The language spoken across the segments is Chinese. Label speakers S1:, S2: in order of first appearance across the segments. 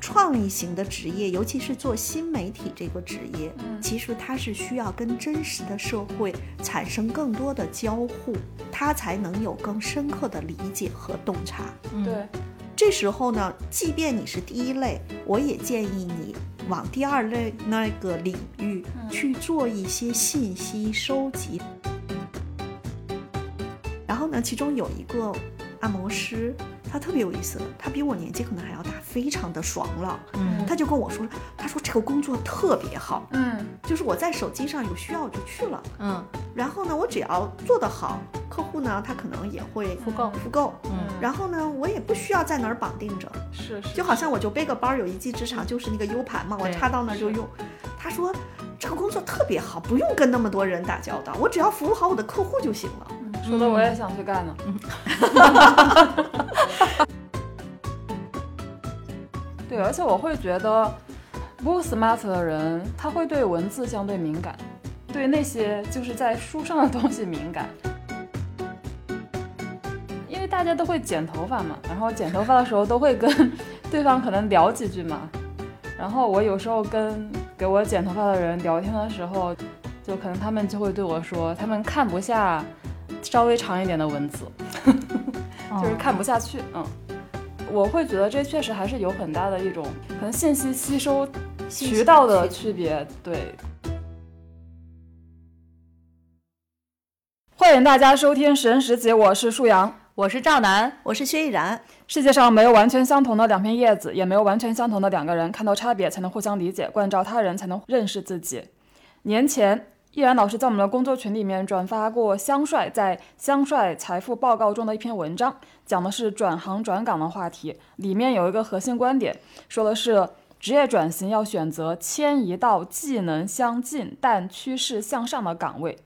S1: 创意型的职业，尤其是做新媒体这个职业，其实它是需要跟真实的社会产生更多的交互，它才能有更深刻的理解和洞察。
S2: 对，
S1: 这时候呢，即便你是第一类，我也建议你往第二类那个领域去做一些信息收集。然后呢，其中有一个按摩师，他特别有意思，他比我年纪可能还要大，非常的爽朗。
S3: 嗯
S1: 他就跟我说，他说这个工作特别好，
S2: 嗯
S1: 就是我在手机上有需要我就去了，
S3: 嗯
S1: 然后呢，我只要做得好，客户呢他可能也会
S2: 复购
S1: 复购，
S2: 嗯，
S1: 然后呢，我也不需要在哪儿绑定着，
S2: 是是，
S1: 就好像我就背个包，有一技之长，就是那个 U 盘嘛，我
S3: 对
S1: 插到那儿就是用。他说这个工作特别好，不用跟那么多人打交道，我只要服务好我的客户就行了。
S2: 说的我也想去干呢。 对，而且我会觉得，book smart 的人，他会对文字相对敏感，对那些就是在书上的东西敏感。因为大家都会剪头发嘛，然后剪头发的时候都会跟对方可能聊几句嘛。然后我有时候跟给我剪头发的人聊天的时候，就可能他们就会对我说，他们看不下稍微长一点的文字，就是看不下去。嗯，我会觉得这确实还是有很大的一种可能信息吸收
S1: 信息
S2: 渠道的区别。对，欢迎大家收听《神识节》，我是舒阳。
S3: 我是赵楠，
S1: 我是薛逸然，
S2: 世界上没有完全相同的两片叶子，也没有完全相同的两个人。看到差别，才能互相理解；关照他人，才能认识自己。年前，易然老师在我们的工作群里面转发过香帅在《香帅财富报告》中的一篇文章，讲的是转行转岗的话题。里面有一个核心观点，说的是职业转型要选择迁移到技能相近但趋势向上的岗位。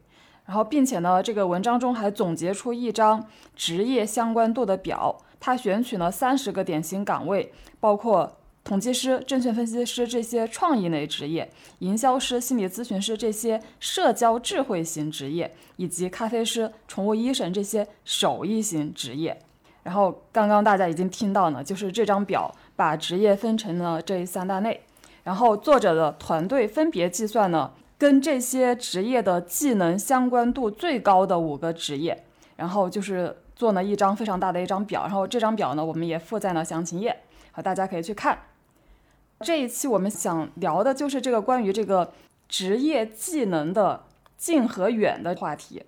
S2: 然后，并且呢，这个文章中还总结出一张职业相关度的表，它选取了三十个典型岗位，包括统计师、证券分析师这些创意类职业，营销师、心理咨询师这些社交智慧型职业，以及咖啡师、宠物医生这些手艺型职业。然后刚刚大家已经听到呢，就是这张表把职业分成了这三大类，然后作者的团队分别计算了跟这些职业的技能相关度最高的五个职业，然后就是做了一张非常大的一张表，然后这张表呢，我们也附在了详情页，好，大家可以去看。这一期我们想聊的就是这个关于这个职业技能的近和远的话题。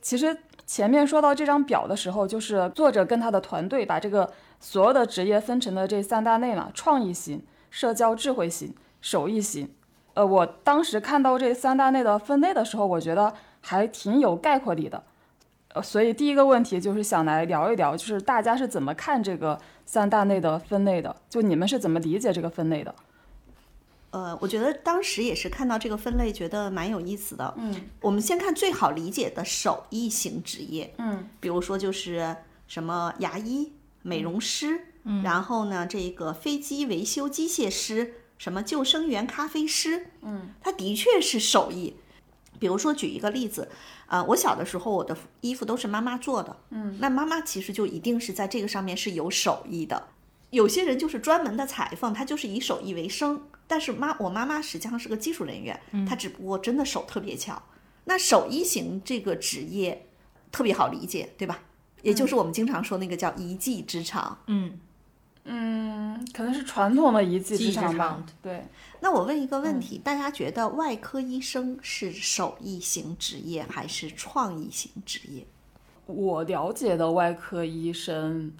S2: 其实前面说到这张表的时候，就是作者跟他的团队把这个所有的职业分成了这三大类嘛，创意型、社交智慧型、手艺型。呃，我当时看到这三大类的分类的时候，我觉得还挺有概括力的。呃，所以第一个问题就是想来聊一聊，就是大家是怎么看这个三大类的分类的？就你们是怎么理解这个分类的？
S1: 呃，我觉得当时也是看到这个分类，觉得蛮有意思的。嗯，我们先看最好理解的手艺型职业，
S2: 嗯，
S1: 比如说就是什么牙医、美容师，嗯，然后呢，这个飞机维修机械师，什么救生员、咖啡师，嗯，它的确是手艺。比如说举一个例子，呃，我小的时候我的衣服都是妈妈做的，嗯，那妈妈其实就一定是在这个上面是有手艺的，有些人就是专门的裁缝，他就是以手艺为生。但是妈，我妈妈实际上是个技术人员，她只不过真的手特别巧。那手艺型这个职业特别好理解，对吧？也就是我们经常说那个叫一技之长。
S3: 嗯，
S2: 嗯，可能是传统的一技
S3: 技
S2: 之
S3: 之
S2: 长吧
S3: 长。
S2: 对，
S1: 那我问一个问题，大家觉得外科医生是手艺型职业还是创意型职业？
S2: 我了解的外科医生，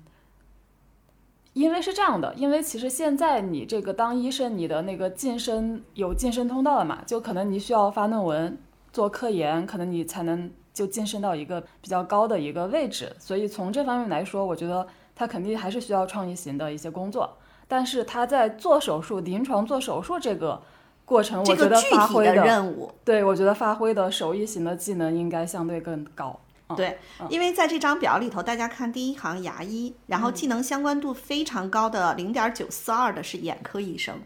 S2: 因为是这样的，因为其实现在你这个当医生，你的那个晋升有晋升通道了嘛，就可能你需要发论文、做科研，可能你才能就晋升到一个比较高的一个位置。所以从这方面来说，我觉得他肯定还是需要创意型的一些工作，但是他在做手术、临床做手术这个过程，我
S1: 这
S2: 觉
S1: 个
S2: 得
S1: 具
S2: 发
S1: 体
S2: 挥的，
S1: 任务，
S2: 对我觉得发挥的手艺型的技能应该相对更高。
S1: 对，
S2: 嗯
S1: 因为在这张表里头，大家看第一行牙医，然
S2: 嗯
S1: 后技能相关度非常高的零点九四二的是眼科医生，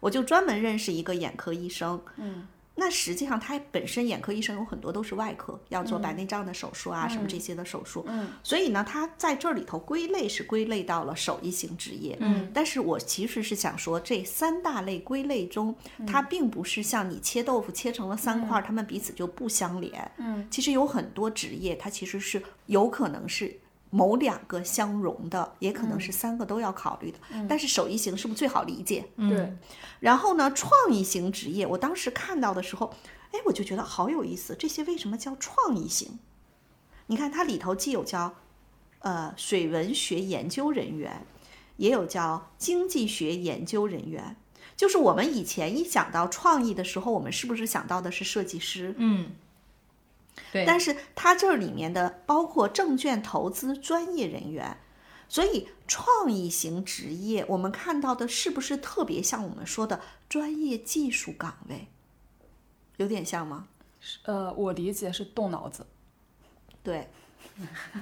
S1: 我就专门认识一个眼科医生，嗯，那实际上，他本身眼科医生有很多都是外科，要做白内障的手术啊，什么这些的手术。嗯，所以呢，他在这里头归类是归类到了手艺型职业。嗯，但是我其实是想说，这三大类归类中，它并不是像你切豆腐切成了三块，它们彼此就不相连。嗯，其实有很多职业，它其实是有可能是。某两个相融的，也可能是三个都要考虑的。但是手艺型是不是最好理解？嗯
S2: 对，
S1: 然后呢，创意型职业，我当时看到的时候，哎，我就觉得好有意思。这些为什么叫创意型？你看它里头既有叫呃水文学研究人员，也有叫经济学研究人员。就是我们以前一想到创意的时候，我们是不是想到的是设计师？
S3: 嗯，对，
S1: 但是它这里面的包括证券投资专业人员，所以创意型职业，我们看到的是不是特别像我们说的专业技术岗位？有点像吗？
S2: 呃，我理解是动脑子，
S1: 对，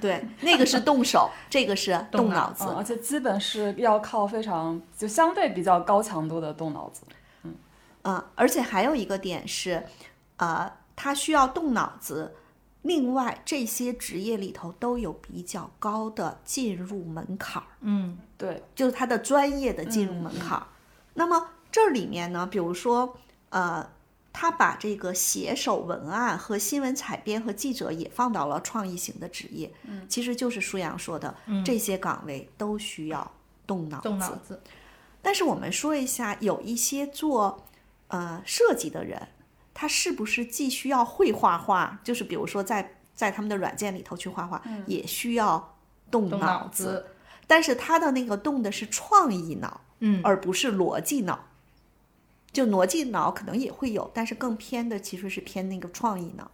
S1: 对，那个是动手，这个是动
S3: 动脑
S1: 脑子
S2: 嗯，。而且基本是要靠非常就相对比较高强度的动脑子。
S1: 啊，而且还有一个点是，呃，他需要动脑子。另外，这些职业里头都有比较高的进入门槛儿，
S3: 嗯
S2: 对，
S1: 就是他的专业的进入门槛儿。那么这里面呢，比如说，呃，他把这个写手文案和新闻采编和记者也放到了创意型的职业，嗯，其实就是舒阳说的，这些岗位都需要动脑
S3: 动
S1: 子
S3: 脑子，
S1: 但是我们说一下，有一些做呃设计的人，他是不是既需要会画画，就是比如说在在他们的软件里头去画画，也需要动
S3: 动
S1: 脑
S3: 脑子，
S1: 但是他的那个动的是创意脑，
S3: 嗯，
S1: 而不是逻辑脑。就逻辑脑可能也会有，但是更偏的其实是偏那个创意脑。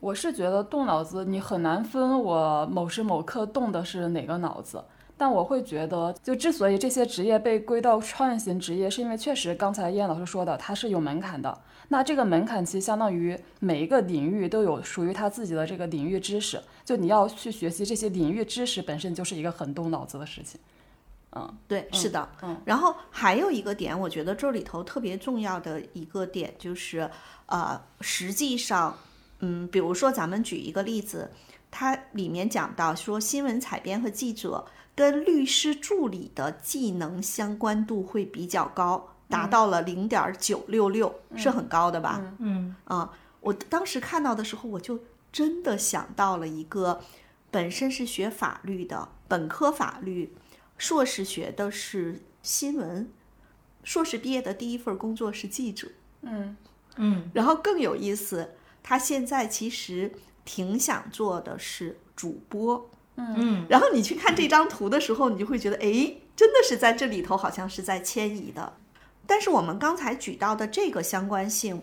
S2: 我是觉得动脑子你很难分我某时某刻动的是哪个脑子，但我会觉得，就之所以这些职业被归到创业型职业，是因为确实刚才燕老师说的，它是有门槛的。那这个门槛其实相当于每一个领域都有属于它自己的这个领域知识，就你要去学习这些领域知识本身就是一个很动脑子的事情。
S1: 对，是的，嗯。然后还有一个点，我觉得这里头特别重要的一个点就是，呃，实际上，嗯，比如说咱们举一个例子，它里面讲到说，新闻采编和记者跟律师助理的技能相关度会比较高，达到了零点九六六，是很高的吧？啊
S3: 嗯
S1: 我当时看到的时候，我就真的想到了一个本身是学法律的，本科法律，硕士学的是新闻，硕士毕业的第一份工作是记者。
S2: 嗯
S3: 嗯
S1: 然后更有意思，他现在其实挺想做的是主播。
S3: 嗯，
S1: 然后你去看这张图的时候，你就会觉得，哎，真的是在这里头好像是在迁移的。但是我们刚才举到的这个相关性，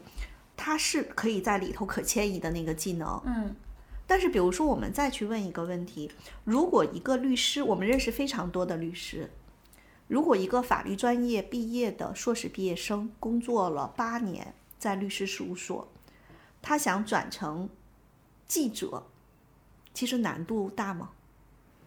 S1: 它是可以在里头可迁移的那个技能。
S2: 嗯，
S1: 但是比如说，我们再去问一个问题：如果一个律师，我们认识非常多的律师，如果一个法律专业毕业的硕士毕业生工作了八年在律师事务所，他想转成记者，其实难度大吗？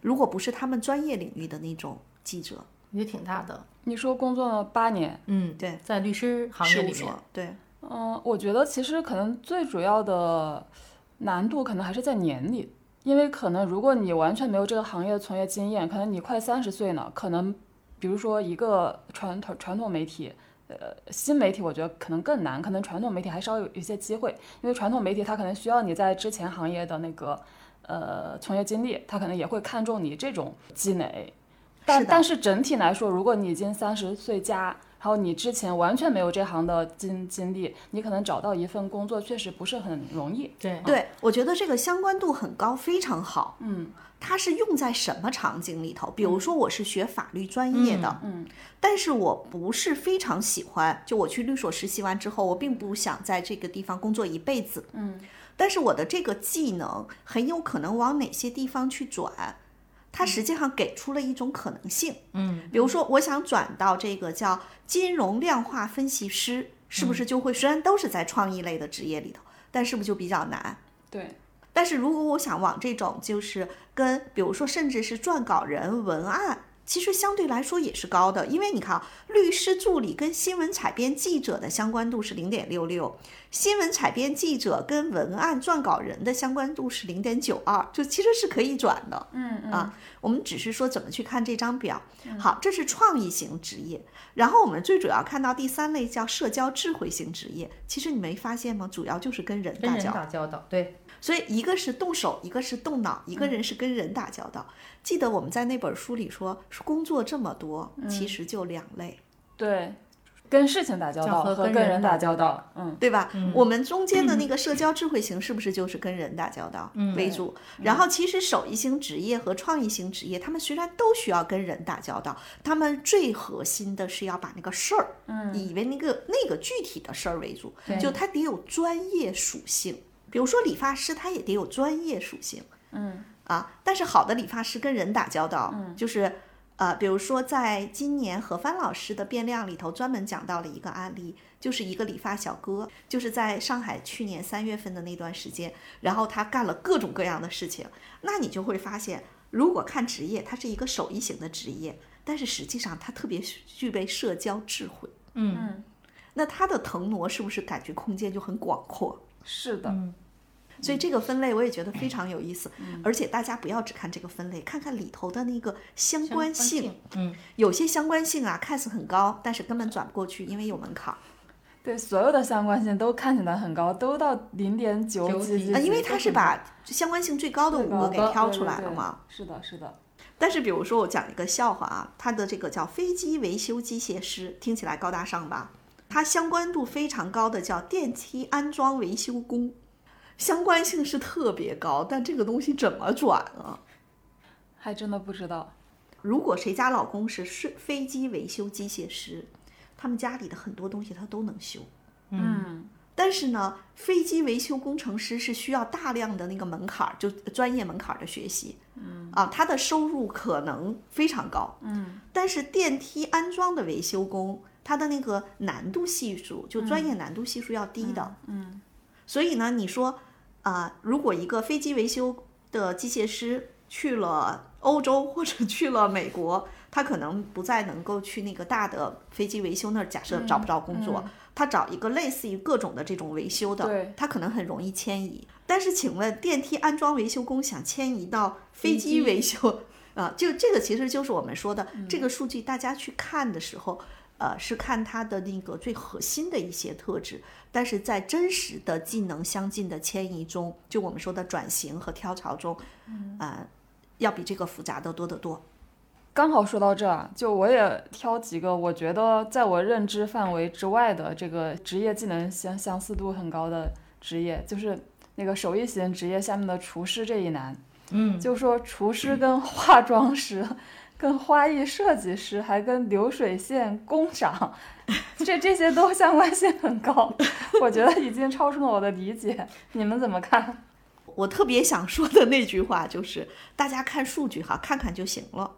S1: 如果不是他们专业领域的那种记者，
S3: 也挺大
S1: 嗯
S3: 的，
S2: 你说工作了八年，
S3: 嗯，
S1: 对，
S3: 在律师行业
S1: 事务
S3: 里
S1: 所
S3: 面，
S1: 对，
S2: 嗯，我觉得其实可能最主要的难度可能还是在年里，因为可能如果你完全没有这个行业的从业经验，可能你快三十岁呢，可能比如说一个传统传统媒体。呃，新媒体我觉得可能更难，可能传统媒体还稍有一些机会，因为传统媒体它可能需要你在之前行业的那个呃从业经历，它可能也会看重你这种积累。但
S1: 是的
S2: 但是整体来说，如果你已经三十岁加，然后你之前完全没有这行的经经历，你可能找到一份工作确实不是很容易。
S3: 对
S1: 对，我觉得这个相关度很高，非常好。嗯，它是用在什么场景里头？比如说，我是学法律专业的，嗯，但是我不是非常喜欢，就我去律所实习完之后，我并不想在这个地方工作一辈子，嗯，但是我的这个技能很有可能往哪些地方去转？它实际上给出了一种可能性，
S3: 嗯，
S1: 比如说，我想转到这个叫金融量化分析师，是不是就会？虽然都是在创意类的职业里头，但是不是就比较难？
S2: 对，
S1: 但是如果我想往这种就是跟，比如说，甚至是撰稿人、文案其实相对来说也是高的，因为你看啊，律师助理跟新闻采编记者的相关度是零点六六，新闻采编记者跟文案撰稿人的相关度是零点九二，就其实是可以转的。嗯啊，我们只是说怎么去看这张表。
S3: 嗯
S1: 好，这是创意型职业，然后我们最主要看到第三类叫社交智慧型职业，其实你没发现吗？主要就是跟人
S3: 跟
S1: 打
S3: 人
S1: 交道。
S3: 打交道，对，
S1: 所以一个是动手，一个是动脑，一个人是跟人打交道。记得我们在那本书里说，工作这么多，其实就两类，
S2: 对，跟事情打交道
S3: 和
S2: 和
S3: 跟
S2: 跟
S3: 人
S2: 人
S3: 打
S2: 打
S3: 交
S2: 交道，嗯，
S1: 对吧？我们中间的那个社交智慧型是不是就是跟人打交道为主？然后其实手艺型职业和创意型职业，他们虽然都需要跟人打交道，他们最核心的是要把那个事儿，以为那个那个具体的事儿为主，就它得有专业属性。比如说理发师，他也得有专业属性。啊，但是好的理发师跟人打交道，就是呃，比如说在今年何帆老师的变量里头专门讲到了一个案例，就是一个理发小哥，就是在上海去年三月份的那段时间，然后他干了各种各样的事情，那你就会发现，如果看职业，它是一个手艺型的职业，但是实际上它特别具备社交智慧，
S3: 嗯
S1: 那它的腾挪是不是感觉空间就很广阔？
S2: 是的，
S3: 嗯，
S1: 所以这个分类我也觉得非常有意思，而且大家不要只看这个分类，看看里头的那个相关性。，
S3: 嗯，
S1: 有些相关性啊看似很高，但是根本转不过去，因为有门槛儿。
S2: 对，所有的相关性都看起来很高，都到零点九
S3: 九
S2: 几
S3: 几
S2: 几
S1: 呃，因为
S2: 几
S1: 它是把相关性最高的五个给挑出来了嘛。？
S2: 对对对对是的，是的，
S1: 但是比如说我讲一个笑话啊，它的这个叫飞机维修机械师，听起来高大上吧？它相关度非常高的叫电梯安装维修工，相关性是特别高，但这个东西怎么转啊？
S2: 还真的不知道。
S1: 如果谁家老公是是飞机维修机械师，他们家里的很多东西他都能修。
S2: 嗯，
S1: 但是呢，飞机维修工程师是需要大量的那个门槛儿，就专业门槛儿的学习。嗯啊，他的收入可能非常高。嗯，但是电梯安装的维修工，他的那个难度系数，就专业难度系数要低的。嗯，所以呢，你说啊、如果一个飞机维修的机械师去了欧洲或者 去了美国，他可能不再能够去那个大的飞机维修那儿，假设找不着工作，他找一个类似于各种的这种维修的
S2: 对，
S1: 他可能很容易迁移。但是，请问电梯安装维修工想迁移到飞机
S3: 机
S1: 维修啊？就这个其实就是我们说的、这个数据，大家去看的时候。呃，是看它的那个最核心的一些特质，但是在真实的技能相近的迁移中，就我们说的转型和跳槽中，
S3: 嗯
S1: 呃，要比这个复杂的多得多。
S2: 刚好说到这儿啊，就我也挑几个我觉得在我认知范围之外的这个职业技能相相似度很高的职业，就是那个手艺型职业下面的厨师这一栏。
S3: 嗯，
S2: 就说厨师跟化妆师、跟花艺设计师，还跟流水线工厂，这这些都相关性很高，我觉得已经超出了我的理解。你们怎么看？
S1: 我特别想说的那句话就是，大家看数据哈，看看就行了。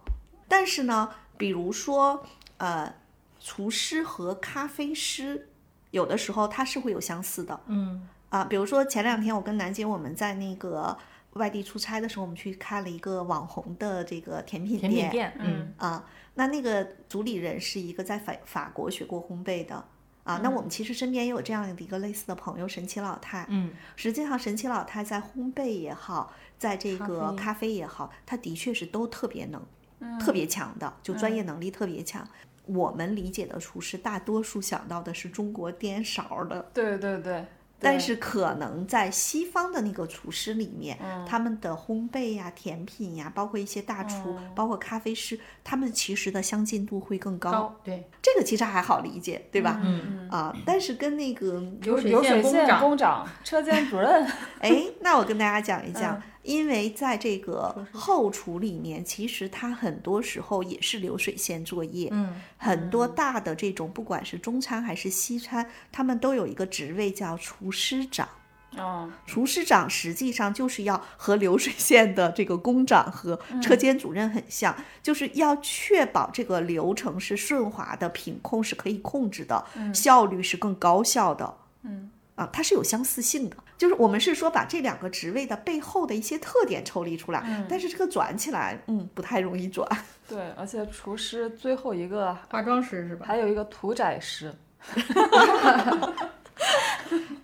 S1: 但是呢，比如说，呃，厨师和咖啡师，有的时候它是会有相似的，
S3: 嗯
S1: 啊，比如说前两天我跟南姐我们在那个外地出差的时候，我们去开了一个网红的这个甜品
S3: 甜品店，嗯
S1: 啊，那那个主理人是一个在法法国学过烘焙的啊。那我们其实身边也有这样的一个类似的朋友，神奇老太。
S3: 嗯，
S1: 实际上，神奇老太在烘焙也好，在这个
S3: 咖啡嗯
S1: 咖啡也好，她的确是都特别能，特别强的，就专业能力特别强。我们理解的厨师，大多数想到的是中国颠勺的，
S2: 对对对，
S1: 但是可能在西方的那个厨师里面，
S3: 嗯
S1: 他们的烘焙呀、甜品呀，包括一些大厨，
S3: 嗯
S1: 包括咖啡师，他们其实的相近度会更高。
S3: 高对，
S1: 这个其实还好理解，对吧？
S3: 嗯
S1: 啊，但是跟那个，
S3: 流
S2: 流水
S3: 工
S2: 线
S3: 长，
S2: 工长、车间主 任，
S1: 哎，那我跟大家讲一讲，
S3: 嗯
S1: 因为在这个后厨里面，其实它很多时候也是流水线作业。
S3: 嗯
S1: 很多大的这种，不管是中餐还是西餐，他们都有一个职位叫厨师长。
S3: 哦
S2: 嗯，
S1: 厨师长实际上就是要和流水线的这个工长和
S3: 嗯
S1: 车间主任很像，就是要确保这个流程是顺滑的，品控是可以控制的，效率是更高效的。嗯，啊，它是有相似性的。就是我们是说把这两个职位的背后的一些特点抽离出来，但是这个转起来，嗯，不太容易转。
S2: 对，而且厨师最后一个
S3: 化妆师是吧？
S2: 还有一个屠宰师，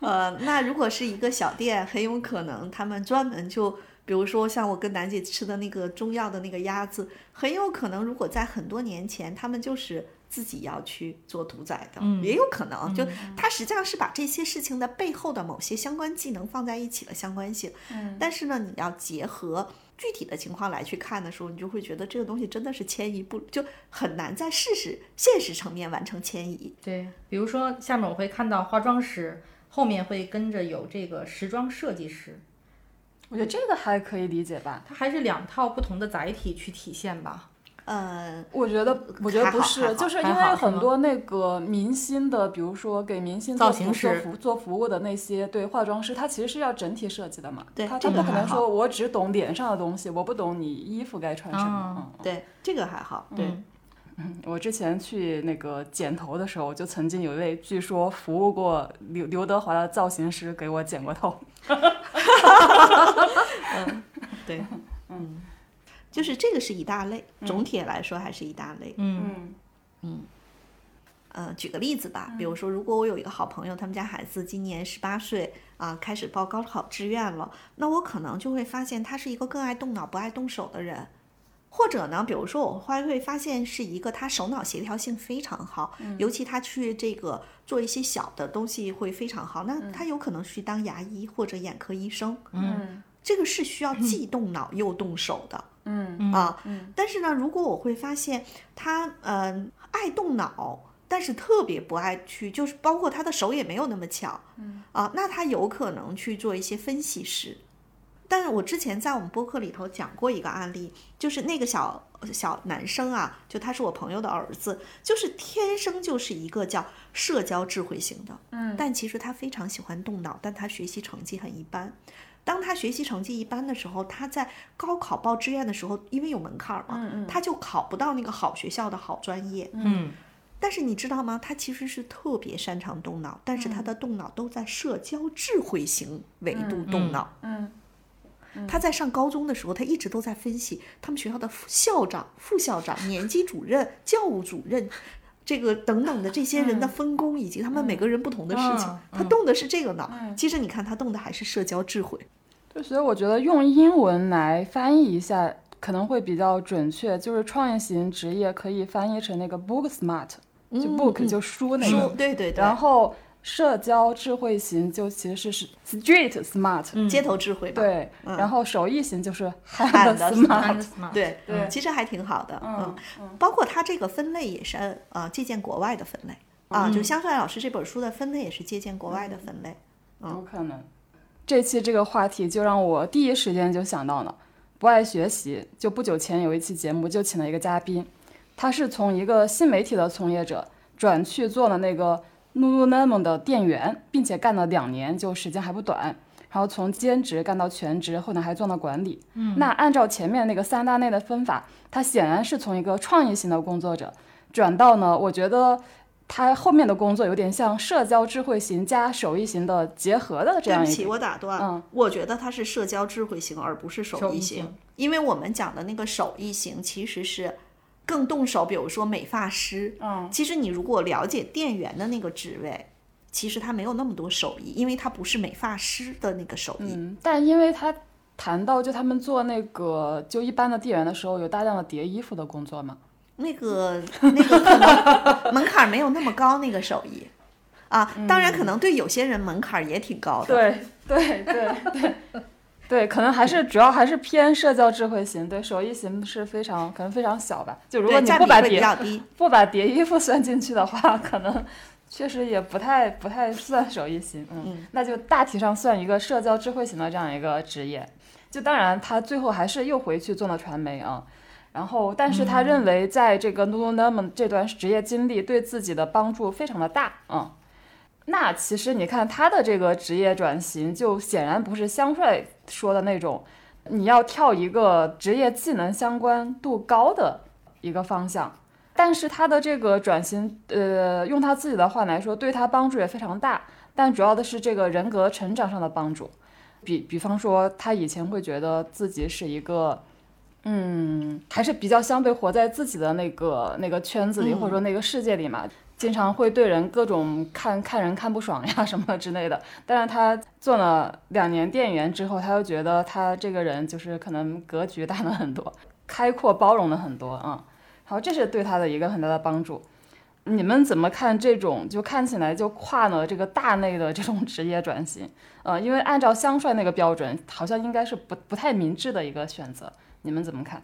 S1: 呃，那如果是一个小店，很有可能他们专门就，比如说像我跟楠姐吃的那个中药的那个鸭子，很有可能如果在很多年前，他们就是自己要去做屠宰的，也有可能，就他实际上是把这些事情的背后的某些相关技能放在一起的相关性。嗯，但是呢，你要结合。具体的情况来去看的时候，你就会觉得这个东西真的是迁移不就很难在事实现实层面完成迁移。
S3: 对，比如说下面我会看到化妆师，后面会跟着有这个时装设计师，
S2: 我觉得这个还可以理解吧。
S3: 它还是两套不同的载体去体现吧。
S1: 呃，
S2: 我觉得，我觉得
S1: 还
S2: 不
S1: 好还
S2: 是，
S1: 好
S2: 就是因
S3: 还
S2: 为
S3: 好是
S2: 很
S3: 吗
S2: 多那个明星的，比如说给明星
S3: 造
S2: 做
S3: 型
S2: 服做
S3: 师
S2: 服做服务的那些对化妆师，他其实是要整体设计的嘛。
S1: 对
S2: 他
S1: 这
S2: 他
S1: 个
S2: 不可
S1: 还
S2: 能
S1: 好
S2: 说我只懂脸上的东西，我不懂你衣服该穿什么。嗯
S1: 对，这个还好，对。
S2: 我之前去那个剪头的时候，就曾经有一位据说服务过刘刘德华的造型师给我剪过头。
S1: 对，嗯，就是这个是一大类，总体来说还是一大类。
S3: 嗯
S2: 嗯
S1: 呃，举个例子吧，比如说，如果我有一个好朋友，他们家孩子今年十八岁啊、开始报高考志愿了，那我可能就会发现他是一个更爱动脑不爱动手的人。或者呢，比如说我还会发现是一个他手脑协调性非常好，尤其他去这个做一些小的东西会非常好，那他有可能去当牙医或者眼科医生。
S2: 嗯
S1: 这个是需要既动脑又动手的。
S2: 嗯
S1: 啊，但是呢，如果我会发现他嗯、爱动脑，但是特别不爱去，就是包括他的手也没有那么巧，嗯啊，那他有可能去做一些分析师。但是我之前在我们播客里头讲过一个案例，就是那个小小男生啊，就他是我朋友的儿子，就是天生就是一个叫社交智慧型的，嗯，但其实他非常喜欢动脑，但他学习成绩很一般。当他学习成绩一般的时候，他在高考报志愿的时候，因为有门槛儿嘛，他就考不到那个好学校的好专业。
S3: 嗯
S1: 但是你知道吗？他其实是特别擅长动脑，但是他
S3: 嗯
S1: 的动脑都在社交智慧型维度动脑。
S2: 嗯
S1: 他在上高中的时候，他一直都在分析他们学校的副校长、副校长、年级主任、 教务主任，这个等等的这些人的分工，以及他们每个人不同的事情
S3: 嗯。
S1: 他动的是这个脑，其实你看他动的还是社交智慧。
S2: 对，所以我觉得用英文来翻译一下可能会比较准确，就是创业型职业可以翻译成那个 book smart，就 book 就书那个，
S1: 嗯书对对对，
S2: 然后社交智慧型就其实是 street smart，、
S1: 嗯街嗯头智慧吧。
S2: 对，然后手艺型就是
S1: hand
S2: hand smart，
S3: ，and smart，
S1: 对嗯
S2: 对
S1: 其实还挺好的，嗯，包括它这个分类也是呃借鉴国外的分类啊，就香帅老师这本书的分类也是借鉴国外的分类，
S2: 有可能。这期这个话题就让我第一时间就想到了不爱学习。就不久前有一期节目就请了一个嘉宾，他是从一个新媒体的从业者转去做了那个 Lululemon 的店员，并且干了两年，就时间还不短。然后从兼职干到全职，后来还做了管理。嗯，那按照前面那个三大类的分法，他显然是从一个创业型的工作者转到呢，我觉得他后面的工作有点像社交智慧型加手艺型的结合的这
S1: 对
S2: 样
S1: 不
S2: 一
S1: 起，
S2: 个。
S1: 我打断，我觉得它是社交智慧型，而不是手
S3: 手
S1: 艺
S3: 艺
S1: 型，
S3: 型
S1: 因为我们讲的那个手艺型其实是。更动手，比如说美发师，嗯，其实你如果了解店员的那个职位，其实他没有那么多手艺，因为他不是美发师的那个手艺，
S2: 嗯，但因为他谈到就他们做那个就一般的店员的时候，有大量的叠衣服的工作嘛。
S1: 那个那个可能门槛儿没有那么高，那个手艺啊，
S2: 嗯
S1: 当然可能对有些人门槛儿也挺高的。
S2: 对 对对对对，可能还是主要还是偏社交智慧型，对手艺型是非常可能非常小吧。就如果
S1: 对，
S2: 你
S1: 占
S2: 不
S1: 比
S2: 把
S1: 会比
S2: 叠
S1: 较低。
S2: 不把叠衣服算进去的话，可能确实也不太不太算手艺型。嗯，那就大体上算一个社交智慧型的这样一个职业。就当然，他最后还是又回去做了传媒啊。然后，但是他认为在这个 Lululemon 这段职业经历对自己的帮助非常的大。嗯，那其实你看他的这个职业转型，就显然不是香帅说的那种，你要跳一个职业技能相关度高的一个方向。但是他的这个转型，呃，用他自己的话来说，对他帮助也非常大。但主要的是这个人格成长上的帮助。比比方说，他以前会觉得自己是一个，嗯，还是比较相对活在自己的那个那个圈子里，或者说那个世界里嘛，经常会对人各种看看人看不爽呀什么之类的。但是他做了两年店员之后，他又觉得他这个人就是可能格局大了很多，开阔包容了很多啊、嗯。好，这是对他的一个很大的帮助。你们怎么看这种就看起来就跨了这个大内的这种 职业转型？呃，因为按照香帅那个标准，好像应该是不不太明智的一个选择。你们怎么看？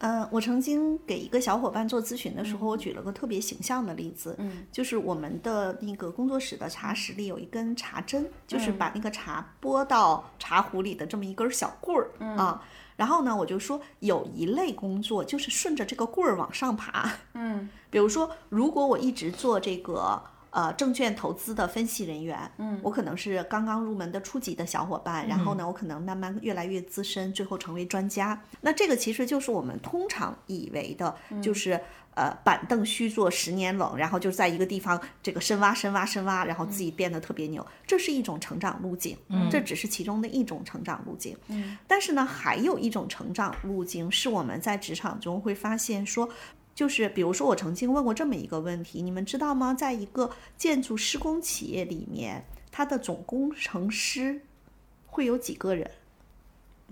S1: 嗯，我曾经给一个小伙伴做咨询的时
S2: 嗯
S1: 候，我举了个特别形象的例子，嗯，就是我们的那个工作室的茶室里有一根茶针，就是
S2: 嗯
S1: 把那个茶拨到茶壶里的这么一根小棍儿、
S2: 嗯
S1: 啊。然后呢，我就说有一类工作就是顺着这个棍儿往上爬，嗯，比如说如果我一直做这个呃证券投资的分析人员，嗯，我可能是刚刚入门的初级的小伙伴，然后呢，我可能慢慢越来越资深，最后成为专家。那这个其实就是我们通常以为的，就是、呃板凳虚坐十年冷，然后就在一个地方这个深挖深挖深挖，然后自己变得特别牛，这是一种成长路径，嗯，这只是其中的一种成长路径。但是呢，还有一种成长路径是我们在职场中会发现说，就是比如说我曾经问过这么一个问题，你们知道吗？在一个建筑施工企业里面，它的总工程师会有几个人？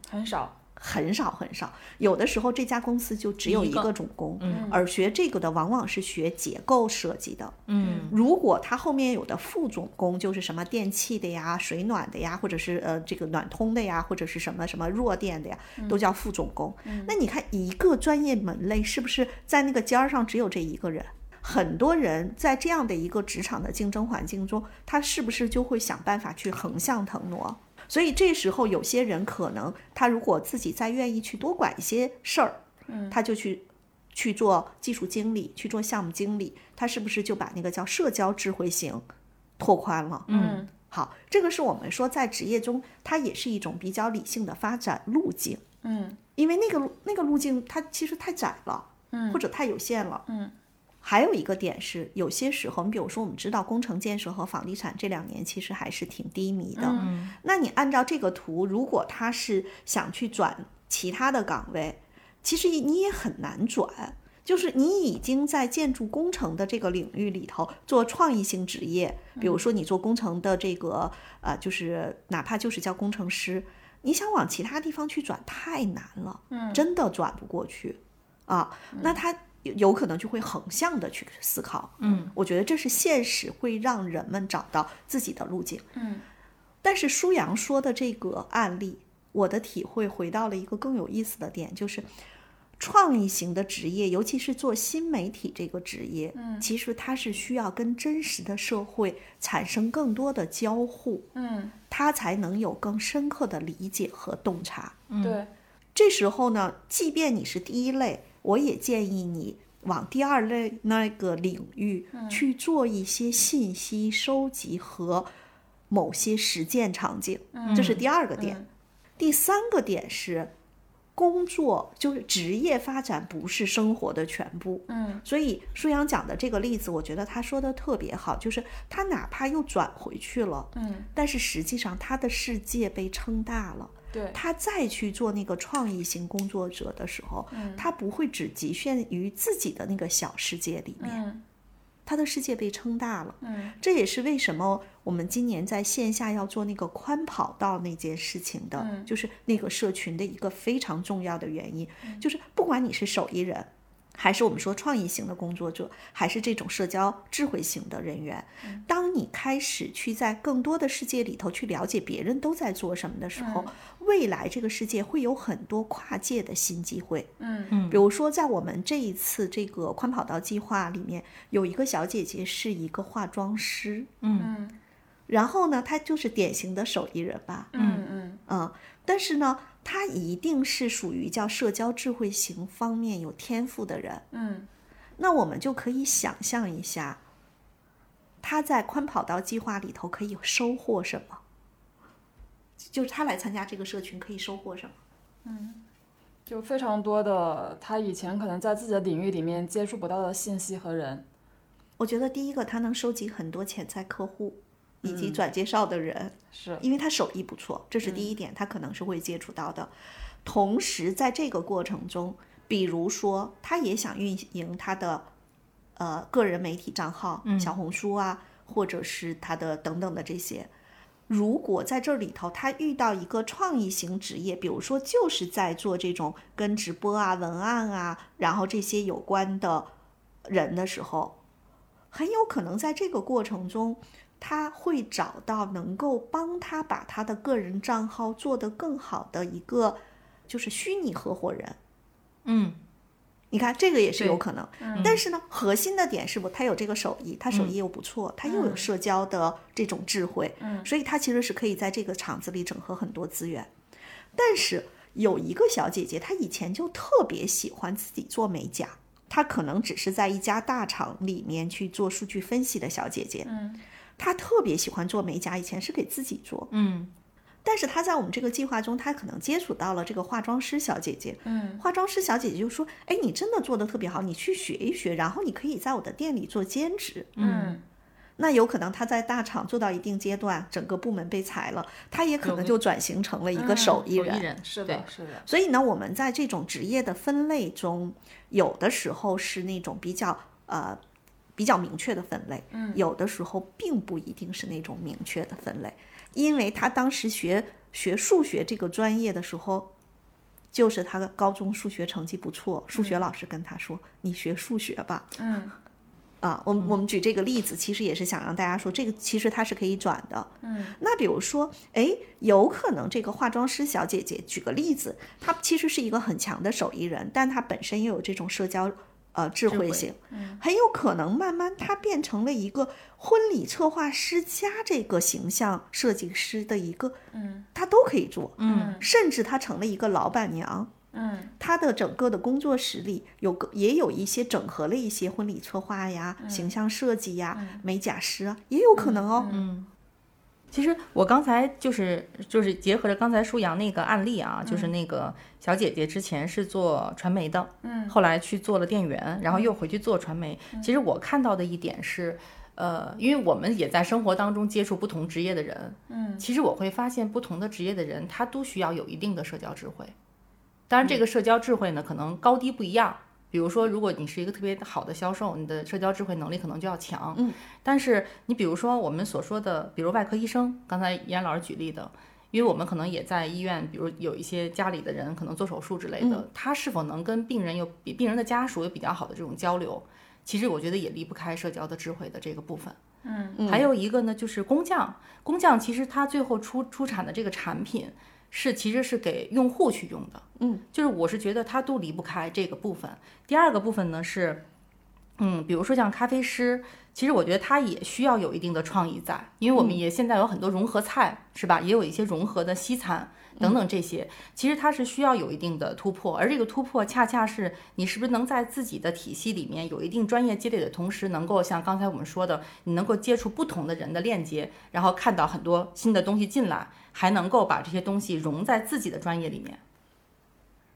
S2: 很少，
S1: 很少很少，有的时候这家公司就只有
S3: 一
S1: 一
S3: 个
S1: 个总工，而学这个的往往是学结构设计的，
S3: 嗯
S1: 如果它后面有的副总工就是什么电器的呀、水暖的呀，或者是呃这个暖通的呀，或者是什么什么弱电的呀，都叫副总工。那你看一个专业门类是不是在那个尖儿上只有这一个人？很多人在这样的一个职场的竞争环境中，他是不是就会想办法去横向腾挪？所以这时候有些人可能他如果自己再愿意去多管一些事儿，他就去去做技术经理，去做项目经理，他是不是就把那个叫社交智慧型拓宽了？
S3: 嗯
S1: 好，这个是我们说在职业中，它也是一种比较理性的发展路径。
S2: 嗯，
S1: 因为那个路那个路径它其实太窄了，嗯，或者太有限了，嗯。还有一个点是，有些时候，你比如说，我们知道工程建设和房地产这两年其实还是挺低迷的。嗯、那你按照这个图，如果他是想去转其他的岗位，其实你也很难转。就是你已经在建筑工程的这个领域里头做创意性职业，比如说你做工程的这个呃，就是哪怕就是叫工程师，你想往其他地方去转太难了，嗯，真的转不过去啊。那他有有可能就会横向的去思考，
S3: 嗯，
S1: 我觉得这是现实会让人们找到自己的路径，嗯。但是舒阳说的这个案例，我的体会回到了一个更有意思的点，就是创意型的职业，尤其是做新媒体这个职业，嗯，其实它是需要跟真实的社会产生更多的交互，
S2: 嗯，
S1: 他才能有更深刻的理解和洞察。
S2: 对，
S1: 这时候呢，即便你是第一类，我也建议你往第二类那个领域去做一些信息收集和某些实践场景，这是第二个点。第三个点是。工作就是职业发展，不是生活的全部。嗯，所以舒阳讲的这个例子，我觉得他说的特别好，就是他哪怕又转回去了，嗯，但是实际上他的世界被撑大了，
S2: 对
S1: 他再去做那个创意型工作者的时候，
S2: 嗯
S1: 他不会只局限于自己的那个小世界里面，
S2: 嗯
S1: 他的世界被撑大了。
S2: 嗯，
S1: 这也是为什么我们今年在线下要做那个宽跑道那件事情的，就是那个社群的一个非常重要的原因，就是不管你是手艺人。还是我们说创意型的工作者，还是这种社交智慧型的人员，当你开始去在更多的世界里头去了解别人都在做什么的时候，未来这个世界会有很多跨界的新机会。
S2: 嗯
S3: 嗯
S1: 比如说在我们这一次这个宽跑道计划里面，有一个小姐姐是一个化妆师，
S3: 嗯
S2: 嗯
S1: 然后呢，她就是典型的手艺人吧，
S2: 嗯嗯
S1: 嗯，但是呢，她一定是属于叫社交智慧型方面有天赋的人。
S2: 嗯
S1: 那我们就可以想象一下，他在宽跑道计划里头可以收获什么？就是他来参加这个社群可以收获什么？
S2: 就非常多的他以前可能在自己的领域里面接触不到的信息和人。
S1: 我觉得第一个，他能收集很多潜在客户，以及转介绍的人，
S2: 是
S1: 因为他手艺不错，这是第一点，他可能是会接触到的。同时，在这个过程中，比如说，他也想运营他的呃个人媒体账号，小红书啊，或者是他的等等的这些。如果在这里头他遇到一个创意型职业，比如说就是在做这种跟直播啊、文案啊，然后这些有关的人的时候，很有可能在这个过程中，他会找到能够帮他把他的个人账号做得更好的一个就是虚拟合伙人。
S3: 嗯，
S1: 你看，这个也是有可能。但是呢，核心的点是不，他有这个手艺，他手艺又不错，他又有社交的这种智慧，所以他其实是可以在这个厂子里整合很多资源。但是有一个小姐姐，她以前就特别喜欢自己做美甲，她可能只是在一家大厂里面去做数据分析的小姐姐，她特别喜欢做美甲，以前是给自己做，
S3: 嗯，
S1: 但是她在我们这个计划中，她可能接触到了这个化妆师小姐姐。嗯，化妆师小姐姐就说：“哎，你真的做的特别好，你去学一学，然后你可以在我的店里做兼职。”
S2: 嗯，
S1: 那有可能她在大厂做到一定阶段，整个部门被裁了，她也可能就转型成了一个手艺
S3: 手艺
S1: 人。
S3: 人
S2: 是
S3: 对
S2: 的，是的，
S1: 所以呢，我们在这种职业的分类中，有的时候是那种比较呃比较明确的分类，嗯，有的时候并不一定是那种明确的分类，因为他当时学学数学这个专业的时候。就是他的高中数学成绩不错，数学老师跟他说：“你学数学吧。”
S2: 嗯，
S1: 啊，我们我们举这个例子，其实也是想让大家说，这个其实它是可以转的。嗯，那比如说，哎，有可能这个化妆师小姐姐，举个例子，她其实是一个很强的手艺人，但她本身又有这种社交呃智慧
S3: 慧
S1: 性，很有可能慢慢她变成了一个婚礼策划师加这个形象设计师的一个，嗯，她都可以做，
S3: 嗯，
S1: 甚至她成了一个老板娘，
S2: 嗯，
S1: 她的整个的工作室里有个也有一些整合了一些婚礼策划呀、形象设计呀、美甲师啊，也有可能哦，
S3: 其实我刚才就是就是结合着刚才舒阳那个案例啊，就是那个小姐姐之前是做传媒的，嗯，后来去做了店员，然后又回去做传媒。其实我看到的一点是，呃，因为我们也在生活当中接触不同职业的人，嗯，其实我会发现不同的职业的人，他都需要有一定的社交智慧。当然，这个社交智慧呢，可能高低不一样。比如说，如果你是一个特别好的销售，你的社交智慧能力可能就要强。嗯，但是你比如说我们所说的，比如外科医生，刚才严老师举例的，因为我们可能也在医院，比如有一些家里的人可能做手术之类的，他是否能跟病人有比病人的家属有比较好的这种交流？其实我觉得也离不开社交的智慧的这个部分。嗯，还有一个呢，就是工匠，工匠其实他最后出出产的这个产品是其实是给用户去用的。就是我是觉得它都离不开这个部分。第二个部分呢是，嗯，比如说像咖啡师，其实我觉得他也需要有一定的创意在，因为我们也现在有很多融合菜，是吧？也有一些融合的西餐等等这些，其实它是需要有一定的突破，而这个突破恰恰是你是不是能在自己的体系里面有一定专业积累的同时，能够像刚才我们说的，你能够接触不同的人的链接，然后看到很多新的东西进来，还能够把这些东西融在自己的专业里面。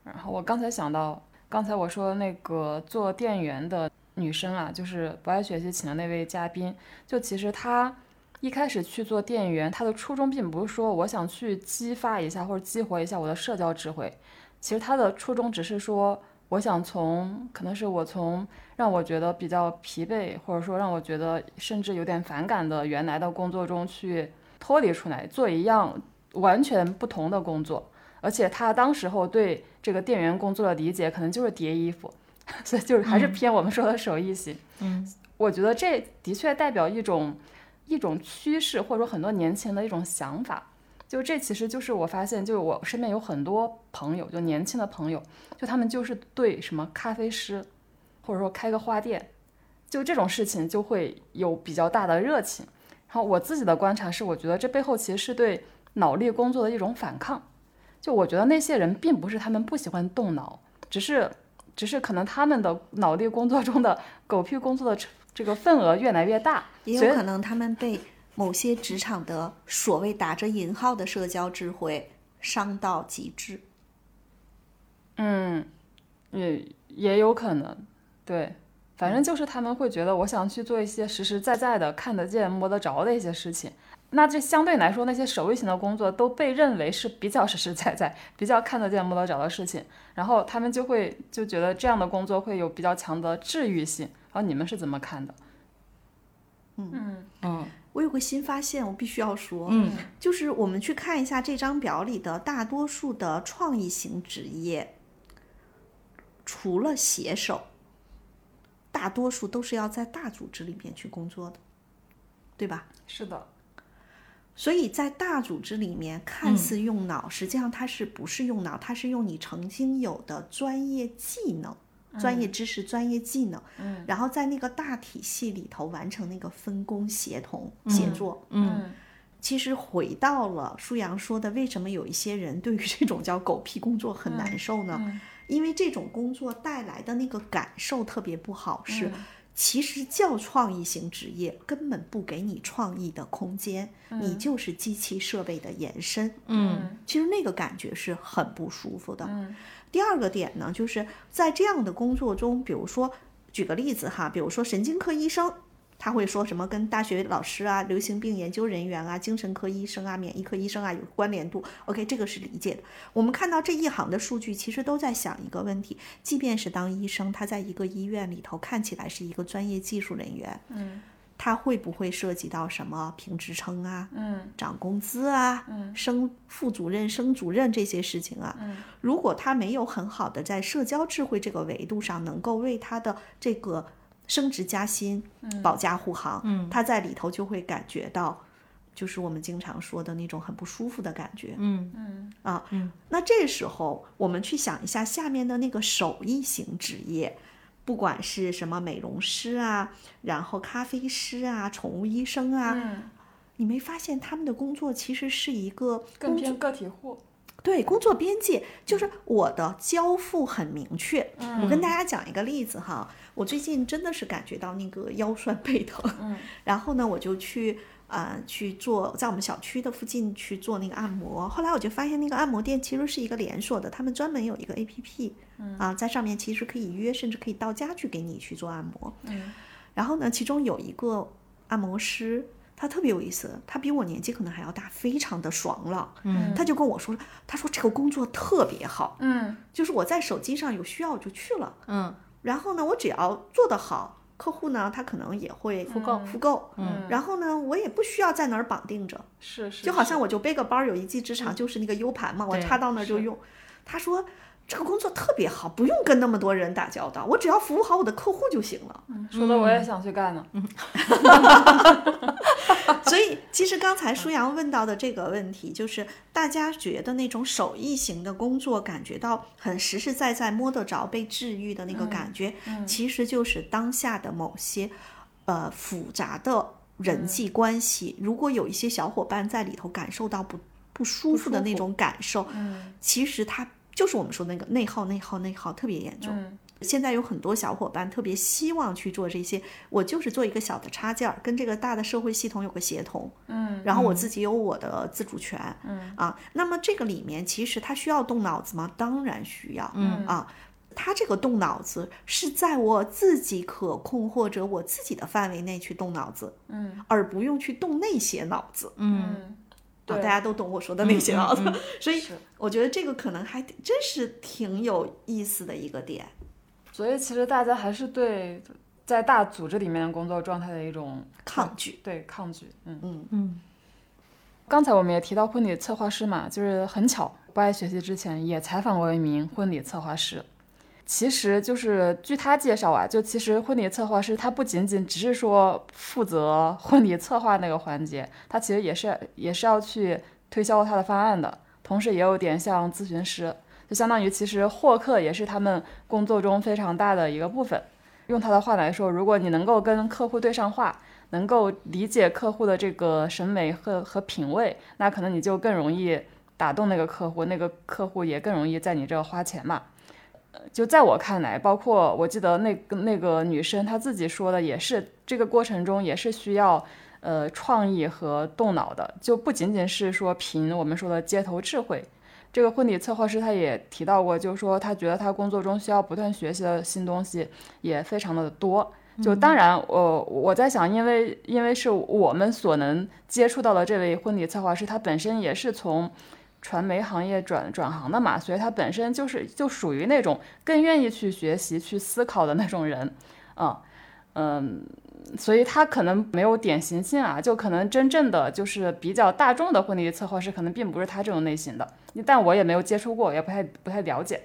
S2: 然后我刚才想到，刚才我说那个做店员的女生啊，就是不爱学习请的那位嘉宾，就其实她一开始去做店员，她的初衷并不是说我想去激发一下或者激活一下我的社交智慧，其实她的初衷只是说。我想从，可能是我从让我觉得比较疲惫，或者说让我觉得甚至有点反感的原来的工作中去脱离出来，做一样完全不同的工作。而且他当时候对这个店员工作的理解，可能就是叠衣服， 所以就是还是偏我们说的手艺型。
S3: 嗯，
S2: 我觉得这的确代表一种一种趋势，或者说很多年前的一种想法。就这其实就是我发现，就是我身边有很多朋友，就年轻的朋友，就他们就是对什么咖啡师，或者说开个花店，就这种事情就会有比较大的热情。然后我自己的观察是，我觉得这背后其实是对脑力工作的一种反抗。就我觉得那些人并不是他们不喜欢动脑，只是只是可能他们的脑力工作中的狗屁工作的这个份额越来越大，
S1: 也
S2: 所以
S1: 有可能他们被某些职场的所谓打着引号的社交智慧伤到极致。
S2: 嗯，也也有可能，对，反正就是他们会觉得我想去做一些实实在在的、看得见、摸得着的一些事情，那这相对来说，那些手绘型的工作都被认为是比较实实在在、比较看得见摸得着的事情，然后他们就会就觉得这样的工作会有比较强的治愈性。然后你们是怎么看的？
S1: 我有个新发现，我必须要说，嗯，就是我们去看一下这张表里的大多数的创意型职业，除了写手，大多数都是要在大组织里面去工作的，对吧？
S2: 是的，
S1: 所以在大组织里面，看似用脑，实际上它是不是用脑？它是用你曾经有的专业技能、专业知识、专业技能，然后在那个大体系里头完成那个分工、协同、协作。
S3: 嗯
S1: 其实回到了舒阳说的，为什么有一些人对于这种叫狗屁工作很难受呢？因为这种工作带来的那个感受特别不好，是其实叫创意型职业根本不给你创意的空间，你就是机器设备的延伸。
S3: 嗯
S1: 其实那个感觉是很不舒服的。第二个点呢，就是在这样的工作中，比如说举个例子哈，比如说神经科医生，他会说什么跟大学老师啊、流行病研究人员啊、精神科医生啊、免疫科医生啊有关联度。OK，这个是理解的。我们看到这一行的数据，其实都在想一个问题：即便是当医生，他在一个医院里头看起来是一个专业技术人员，嗯。他会不会涉及到什么评职称啊，嗯，涨工资啊，嗯，升副主任、升主任这些事情啊，
S3: 嗯
S1: 如果他没有很好的在社交智慧这个维度上，能够为他的这个升职加薪、保驾护航，嗯，他在里头就会感觉到，就是我们经常说的那种很不舒服的感觉。啊
S3: 嗯
S1: 那这时候我们去想一下下面的那个手艺型职业，不管是什么美容师啊，然后咖啡师啊，宠物医生啊，
S3: 嗯
S1: 你没发现他们的工作其实是一个
S2: 更偏个体户。
S1: 对，工作边界就是我的交付很明确。
S2: 嗯
S1: 我跟大家讲一个例子哈，我最近真的是感觉到那个腰酸背疼，
S2: 嗯
S1: 然后呢，我就去呃去做在我们小区的附近去做那个按摩。后来我就发现那个按摩店其实是一个连锁的，他们专门有一个 APP，、啊，
S2: 嗯
S1: 在上面其实可以约，甚至可以到家去给你去做按摩。
S2: 嗯
S1: 然后哦呢，其中有一个按摩师，他特别有意思，他比我年纪可能还要大，非常的爽朗。嗯，他就跟我说，他说这个工作特别好，
S2: 嗯
S1: 就是我在手机上有需要我就去了，
S3: 嗯
S1: 然后呢，我只要做得好，客户呢他可能也会复购复购，嗯，然后呢，我也不需要在哪儿绑定着，
S2: 是是，
S1: 就好像
S2: 我
S1: 我就背个包儿有一技之长，就是那个 U 盘嘛，我
S3: 对
S1: 插到那儿就是用。他说这个工作特别好，不用跟那么多人打交道，我只要服务好我的客户就行了。
S2: 嗯说的
S1: 嗯
S2: 我也想去干呢。
S1: 所以，其实刚才舒阳问到的这个问题，就是大家觉得那种手艺型的工作，感觉到很实实在在、摸得着、被治愈的那个感觉，其实就是当下的某些呃复杂的人际关系。如果有一些小伙伴在里头感受到不不舒服的那种感受，其实他就是我们说那个内耗、内耗、内耗特别严重。现在有很多小伙伴特别希望去做这些，我就是做一个小的插件儿，跟这个大的社会系统有个协同，嗯，然后我自己有我的自主权，嗯啊，那么这个里面其实他需要动脑子吗？当然需要，嗯啊，他这个动脑子是在我自己可控或者我自己的范围内去动脑子，嗯，而不用去动那些脑子，
S3: 嗯
S1: 啊，大家都懂我说的那些脑子，所以
S2: 是
S1: 我觉得这个可能还真是挺有意思的一个点。
S2: 所以其实大家还是对在大组织里面的工作状态的一种
S1: 抗拒，
S2: 对抗拒。嗯
S1: 嗯
S3: 嗯
S2: 刚才我们也提到婚礼策划师嘛，就是很巧，不爱学习之前也采访过一名婚礼策划师。其实就是据他介绍啊，就其实婚礼策划师他不仅仅只是说负责婚礼策划那个环节，他其实也是也是要去推销他的方案的，同时也有点像咨询师，就相当于其实获客也是他们工作中非常大的一个部分。用他的话来说，如果你能够跟客户对上话，能够理解客户的这个审美和和品味，那可能你就更容易打动那个客户，那个客户也更容易在你这儿花钱嘛。呃就在我看来，包括我记得那个那个女生她自己说的，也是这个过程中也是需要呃创意和动脑的，就不仅仅是说凭我们说的街头智慧。这个婚礼策划师他也提到过，就是说他觉得他工作中需要不断学习的新东西也非常的多，就当然，我、我在想，因为因为是我们所能接触到的这位婚礼策划师，他本身也是从传媒行业转转行的嘛，所以他本身就是就属于那种更愿意去学习、去思考的那种人，啊，嗯，所以他可能没有典型性啊，就可能真正的就是比较大众的婚礼策划师，可能并不是他这种类型的，但我也没有接触过，也不太不太了解，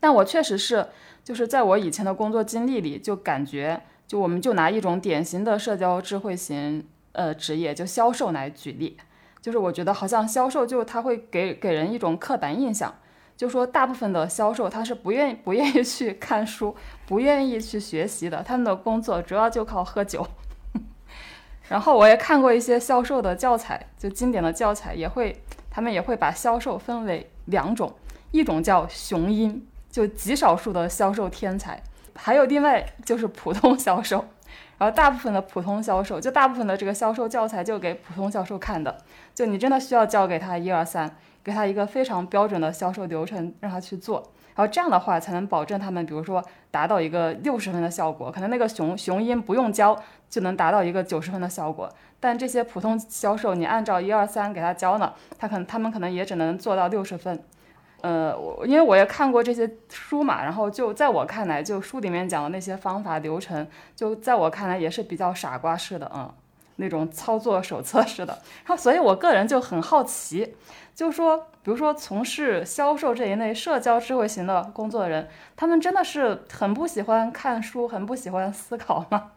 S2: 但我确实是。就是在我以前的工作经历里，就感觉，就我们就拿一种典型的社交智慧型呃职业，就销售来举例，就是我觉得好像销售就他会给给人一种刻板印象，就说大部分的销售他是不愿意不愿意去看书，不愿意去学习的，他们的工作主要就靠喝酒。然后我也看过一些销售的教材，就经典的教材也会，他们也会把销售分为两种，一种叫雄鹰，就极少数的销售天才，还有另外就是普通销售，然后大部分的普通销售，就大部分的这个销售教材就给普通销售看的，就你真的需要教给他一二三，给他一个非常标准的销售流程让他去做，然后这样的话才能保证他们，比如说达到一个六十分的效果，可能那个雄雄鹰不用教就能达到一个九十分的效果，但这些普通销售你按照一二三给他教呢，他可能他们可能也只能做到六十分。呃，我因为我也看过这些书嘛，然后就在我看来，就书里面讲的那些方法流程，就在我看来也是比较傻瓜式的，嗯，那种操作手册式的。然后，所以我个人就很好奇，就说，比如说从事销售这一类社交智慧型的工作的人，他们真的是很不喜欢看书，很不喜欢思考吗？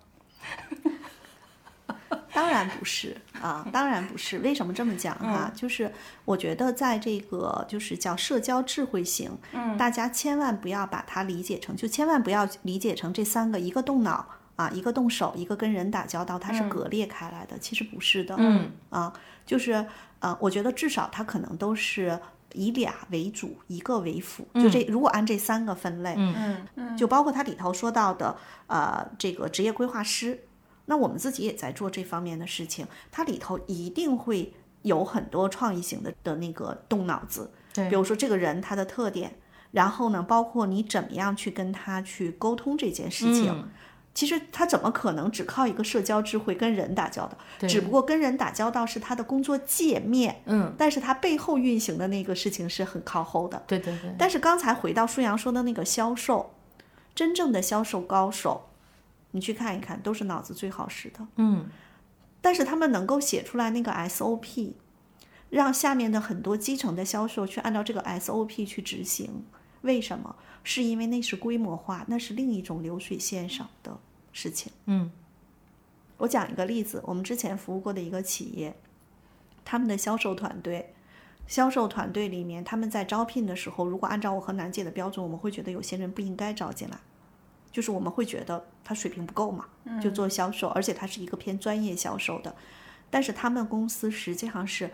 S1: 当然不是啊，当然不是。为什么这么讲哈、就是我觉得在这个就是叫社交智慧型，嗯，大家千万不要把它理解成，就千万不要理解成这三个，一个动脑啊，一个动手，一个跟人打交道，它是割裂开来的。其实不是的，嗯啊，就是呃，我觉得至少它可能都是。以俩为主，一个为辅，就这。如果按这三个分类，嗯嗯，就包括它里头说到的，呃，这个职业规划师，那我们自己也在做这方面的事情，它里头一定会有很多创意型的的那个动脑子，比如说这个人他的特点，然后呢，包括你怎么样去跟他去沟通这件事情。
S3: 嗯
S1: 其实他怎么可能只靠一个社交智慧跟人打交道？只不过跟人打交道是他的工作界面，嗯，但是他背后运行的那个事情是很靠后的。
S3: 对对对，
S1: 但是刚才回到舒阳说的那个销售，真正的销售高手，你去看一看，都是脑子最好使的。
S3: 嗯，
S1: 但是他们能够写出来那个 SOP，让下面的很多基层的销售去按照这个 SOP 去执行。为什么？是因为那是规模化，那是另一种流水线上的事情。
S3: 嗯，
S1: 我讲一个例子，我们之前服务过的一个企业，他们的销售团队，销售团队里面，他们在招聘的时候，如果按照我和楠姐的标准，我们会觉得有些人不应该招进来，就是我们会觉得他水平不够嘛，就做销售，而且他是一个偏专业销售的。但是他们公司实际上是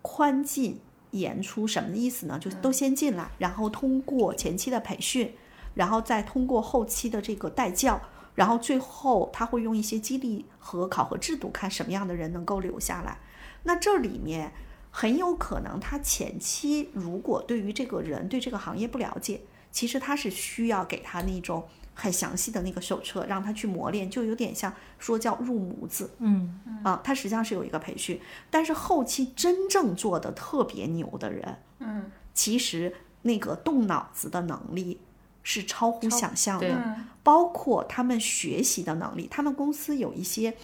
S1: 宽进严出，什么意思呢？就是都先进来，然后通过前期的培训，然后再通过后期的这个带教，然后最后他会用一些激励和考核制度，看什么样的人能够留下来。那这里面很有可能，他前期如果对于这个人、对这个行业不了解，其实他是需要给他那种很详细的那个手册，让他去磨练，就有点像说叫入模子，
S3: 嗯，
S1: 啊，他实际上是有一个培训，但是后期真正做的特别牛的人，嗯，其实那个动脑子的能力是超乎想象的，包括他们学习的能力。他们公司有一些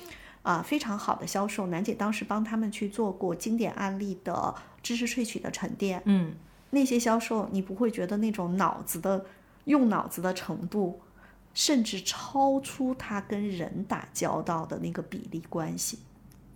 S1: 啊、非常好的销售，楠姐当时帮他们去做过经典案例的知识萃取的沉淀，
S3: 嗯，
S1: 那些销售你不会觉得那种脑子的用脑子的程度。甚至超出他跟人打交道的那个比例关系，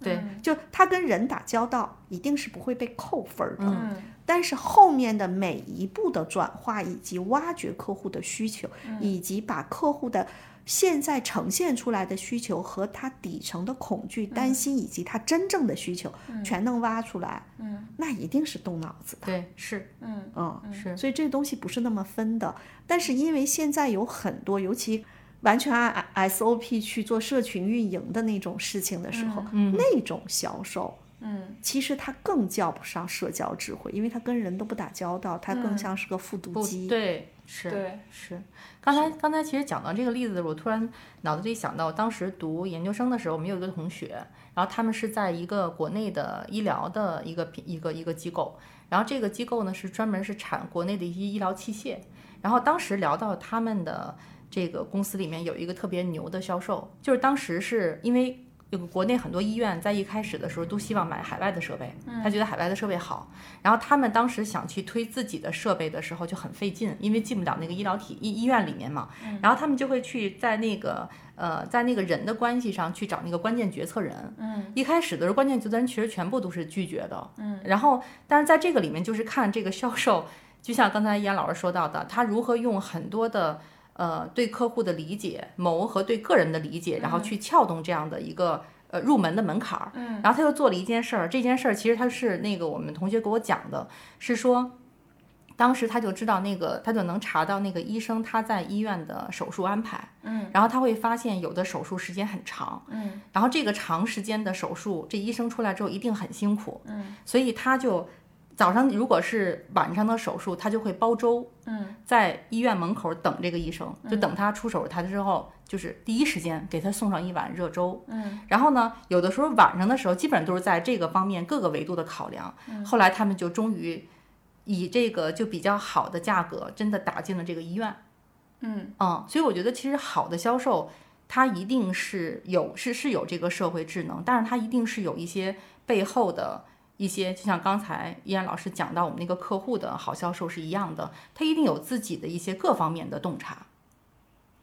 S3: 对，
S1: 就他跟人打交道，一定是不会被扣分儿的。
S3: 嗯
S1: 但是后面的每一步的转化，以及挖掘客户的需求，以及把客户的现在呈现出来的需求和他底层的恐惧、担心，以及他真正的需求，全能挖出来，嗯，那一定是动脑子的。
S3: 对，是，
S1: 嗯，
S3: 是
S1: 所以这东西不是那么分的。但是因为现在有很多，尤其完全按
S3: 嗯
S1: SOP 去做社群运营的那种事情的时候，那种销售
S2: 嗯
S1: 其实它更叫不上社交智慧，因为它跟人都不打交道，它更像是个复读
S3: 嗯不
S1: 机。
S3: 对，是
S2: 对
S3: 是。刚才刚才其实讲到这个例子的时候，我突然脑子里想到，当时读研究生的时候，我们有一个同学，然后他们是在一个国内的医疗的一个品一个一个机构，然后这个机构呢是专门是产国内的一些医疗器械，然后当时聊到他们的这个公司里面有一个特别牛的销售，就是当时是因为。有个国内很多医院在一开始的时候都希望买海外的设备，他觉得海外的设备好，然后他们当时想去推自己的设备的时候就很费劲，因为进不了那个医疗体医医院里面嘛。然后他们就会去在那个呃，在那个人的关系上去找那个关键决策人。嗯，一开始的时候，关键决策人其实全部都是拒绝的。嗯，然后但是在这个里面就是看这个销售，就像刚才严老师说到的，他如何用很多的。呃，对客户的理解、谋和对个人的理解，然后去撬动这样的一个呃入门的门槛儿。嗯，然后他又做了一件事儿，这件事儿其实他是那个我们同学给我讲的，是说。当时他就知道那个，他就能查到那个医生他在医院的手术安排，嗯，然后他会发现有的手术时间很长，嗯，然后这个长时间的手术，这医生出来之后一定很辛苦，嗯，所以他就早上如果是晚上的手术，他就会煲粥，嗯，在医院门口等这个医生，就等他出手术台之后，就是第一时间给他送上一碗热粥，嗯，然后呢，有的时候晚上的时候，基本上都是在这个方面各个维度的考量，后来他们就终于以这个就比较好的价格，真的打进了这个医院，嗯所以我觉得其实好的销售。它一定是有是是有这个社会智能，但是它一定是有一些背后的一些，就像刚才依然老师讲到我们那个客户的好销售是一样的，他一定有自己的一些各方面的洞察。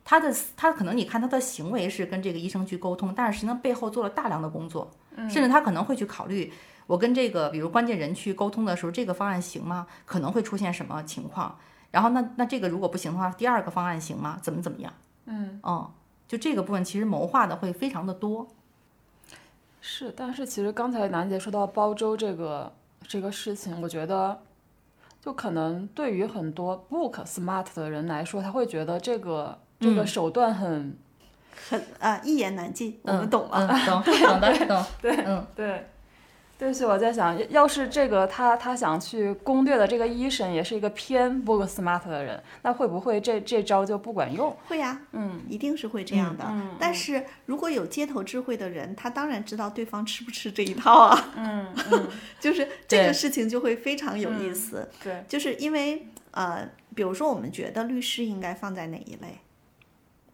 S3: 他的他可能你看他的行为是跟这个医生去沟通，但是实际上背后做了大量的工作，甚至他可能会去考虑，我跟这个比如关键人去沟通的时候，这个方案行吗？可能会出现什么情况？然后那那这个如果不行的话，第二个方案行吗？怎么怎么样？嗯就这个部分其实谋划的会非常的多。
S2: 是，但是其实刚才楠姐说到煲粥这个这个事情，我觉得就可能对于很多不可 smart 的人来说，他会觉得这个这个手段很、
S1: 很啊，一言难尽，我们懂了。
S3: 嗯， 懂懂的懂。对，嗯，
S2: 对。对，所以我在想，要是这个他他想去攻略的这个医生也是一个偏不 smart 的人，那会不会这这招就不管用？
S1: 会呀、嗯，一定是会这样的。但是如果有街头智慧的人，他当然知道对方吃不吃这一套啊。嗯， 就是这个事情就会非常有意思。
S2: 对，
S1: 就是因为呃，比如说我们觉得律师应该放在哪一类？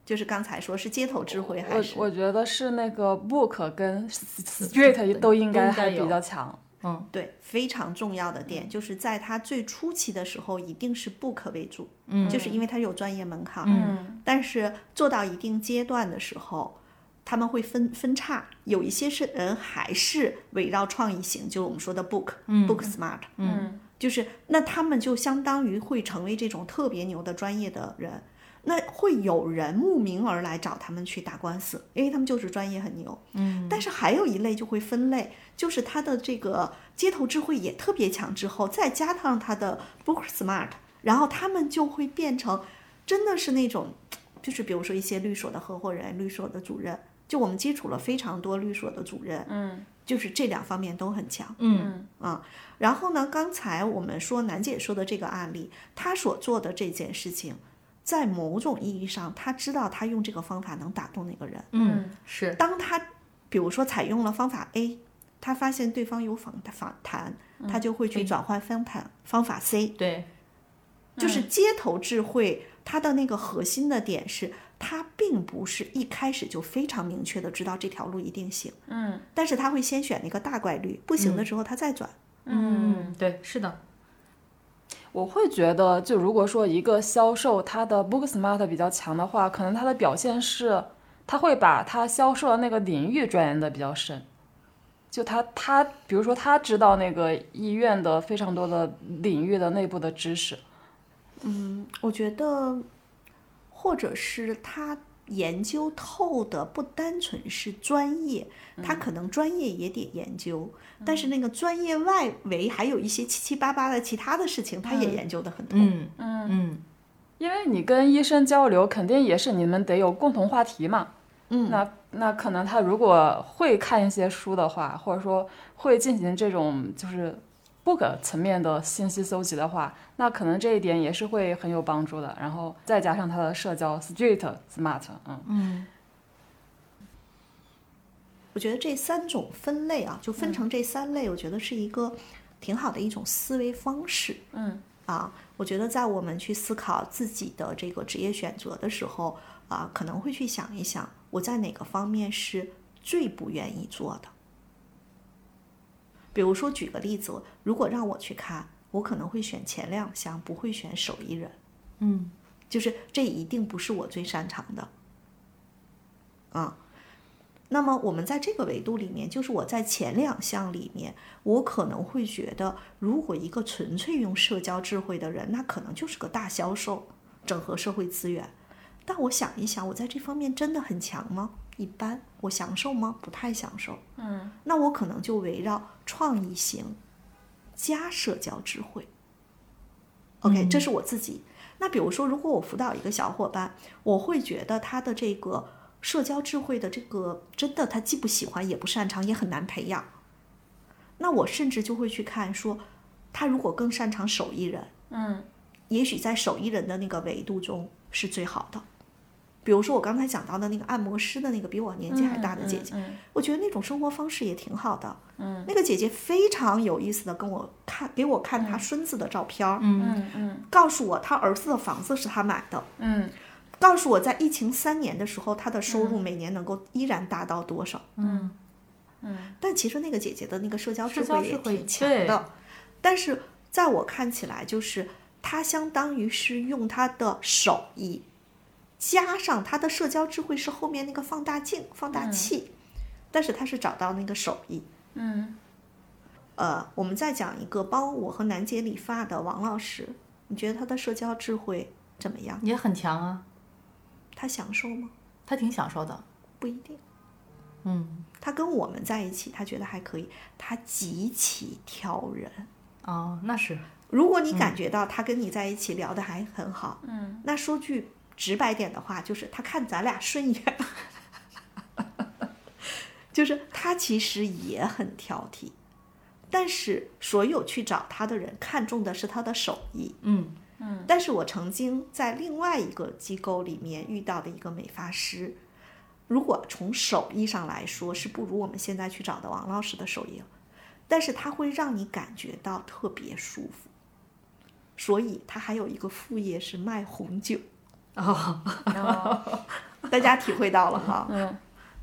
S1: 就是刚才说是街头智慧还
S2: 我
S1: 是？
S2: 我觉得是那个 book 跟 street 都应该还比较强。
S1: 对，非常重要的点、就是在他最初期的时候，一定是 book 为主，嗯，就是因为它有专业门槛，嗯，但是做到一定阶段的时候，他们会分分叉，有一些是人还是围绕创意型，就是我们说的 book，book、smart，嗯，就是那他们就相当于会成为这种特别牛的专业的人。那会有人慕名而来找他们去打官司，因为他们就是专业很牛。嗯，但是还有一类就会分类，就是他的这个街头智慧也特别强，之后再加上他的 book smart，然后他们就会变成真的是那种，就是比如说一些律所的合伙人、律所的主任，就我们接触了非常多律所的主任，嗯，就是这两方面都很强。
S3: 嗯
S1: 然后呢，刚才我们说楠姐说的这个案例，她所做的这件事情，在某种意义上，她知道她用这个方法能打动那个人。
S3: 嗯，是
S1: 当她比如说采用了方法 A，她发现对方有反反弹，她就会去转换方法、方法 C，
S3: 嗯对，嗯
S1: 就是街头智慧。它的那个核心的点是，她并不是一开始就非常明确的知道这条路一定行，嗯，但是她会先选一个大概率，不行的时候她再转。
S3: 嗯，对，是的，
S2: 我会觉得，就如果说一个销售他的 book smart 比较强的话，可能他的表现是，他会把他销售的那个领域钻研的比较深。就他他，比如说他知道那个医院的非常多的领域的内部的知识，
S1: 嗯我觉得，或者是他研究透的不单纯是专业，他可能专业也得研究，但是那个专业外围还有一些七七八八的其他的事情，他也研究的很透。
S3: 嗯嗯嗯，
S2: 因为你跟医生交流，肯定也是你们得有共同话题嘛。嗯，那那可能他如果会看一些书的话，或者说会进行这种就是不可层面的信息搜集的话，那可能这一点也是会很有帮助的。然后再加上他的社交 street smart，嗯
S3: 嗯
S1: 我觉得这三种分类啊，就分成这三类，我觉得是一个挺好的一种思维方式。
S2: 嗯
S1: 啊，我觉得在我们去思考自己的这个职业选择的时候啊，可能会去想一想，我在哪个方面是最不愿意做的。比如说，举个例子，如果让我去看，我可能会选前两项，不会选手艺人。
S3: 嗯
S1: 就是这一定不是我最擅长的，啊。那么我们在这个维度里面，就是我在前两项里面，我可能会觉得，如果一个纯粹用社交智慧的人，那可能就是个大销售，整合社会资源。但我想一想，我在这方面真的很强吗？一般。我享受吗？不太享受。
S2: 嗯
S1: 那我可能就围绕创意型加社交智慧。OK，这是我自己。那比如说，如果我辅导一个小伙伴，我会觉得他的这个社交智慧的这个真的他既不喜欢也不擅长，也很难培养。那我甚至就会去看说，他如果更擅长手艺人，
S2: 嗯
S1: 也许在手艺人的那个维度中是最好的。比如说我刚才讲到的那个按摩师的那个比我年纪还大的姐姐，
S2: 嗯嗯嗯
S1: 我觉得那种生活方式也挺好的。嗯，那个姐姐非常有意思的跟我看，给我看她孙子的照片儿，
S3: 嗯
S2: 嗯嗯
S1: 告诉我她儿子的房子是她买的，
S2: 嗯
S1: 告诉我在疫情三年的时候，她的收入每年能够依然达到多少。
S3: 嗯
S2: 嗯
S1: 但其实那个姐姐的那个社交智
S3: 社交
S1: 慧
S3: 智
S1: 也
S3: 慧
S1: 挺强
S3: 对
S1: 的，但是在我看起来，就是她相当于是用她的手艺，加上她的社交智慧是后面那个放大镜、放大器，但是她是找到那个手艺。
S2: 嗯
S1: 呃，我们再讲一个帮我和楠姐理发的王老师，你觉得他的社交智慧怎么样？
S3: 也很强啊，
S1: 他享受吗？
S3: 他挺享受的。
S1: 不一定。
S3: 嗯
S1: 他跟我们在一起，他觉得还可以。他极其挑人。
S3: 哦，那是
S1: 如果你感觉到他跟你在一起聊得还很好，嗯，那说句直白点的话，就是他看咱俩顺眼， 就是他其实也很挑剔，但是所有去找他的人看重的是他的手艺，
S3: 嗯
S1: 但是我曾经在另外一个机构里面遇到的一个美发师，如果从手艺上来说是不如我们现在去找的王老师的手艺了，但是他会让你感觉到特别舒服。所以他还有一个副业是卖红酒，
S3: 哦
S1: 大家体会到了哈。
S2: 嗯。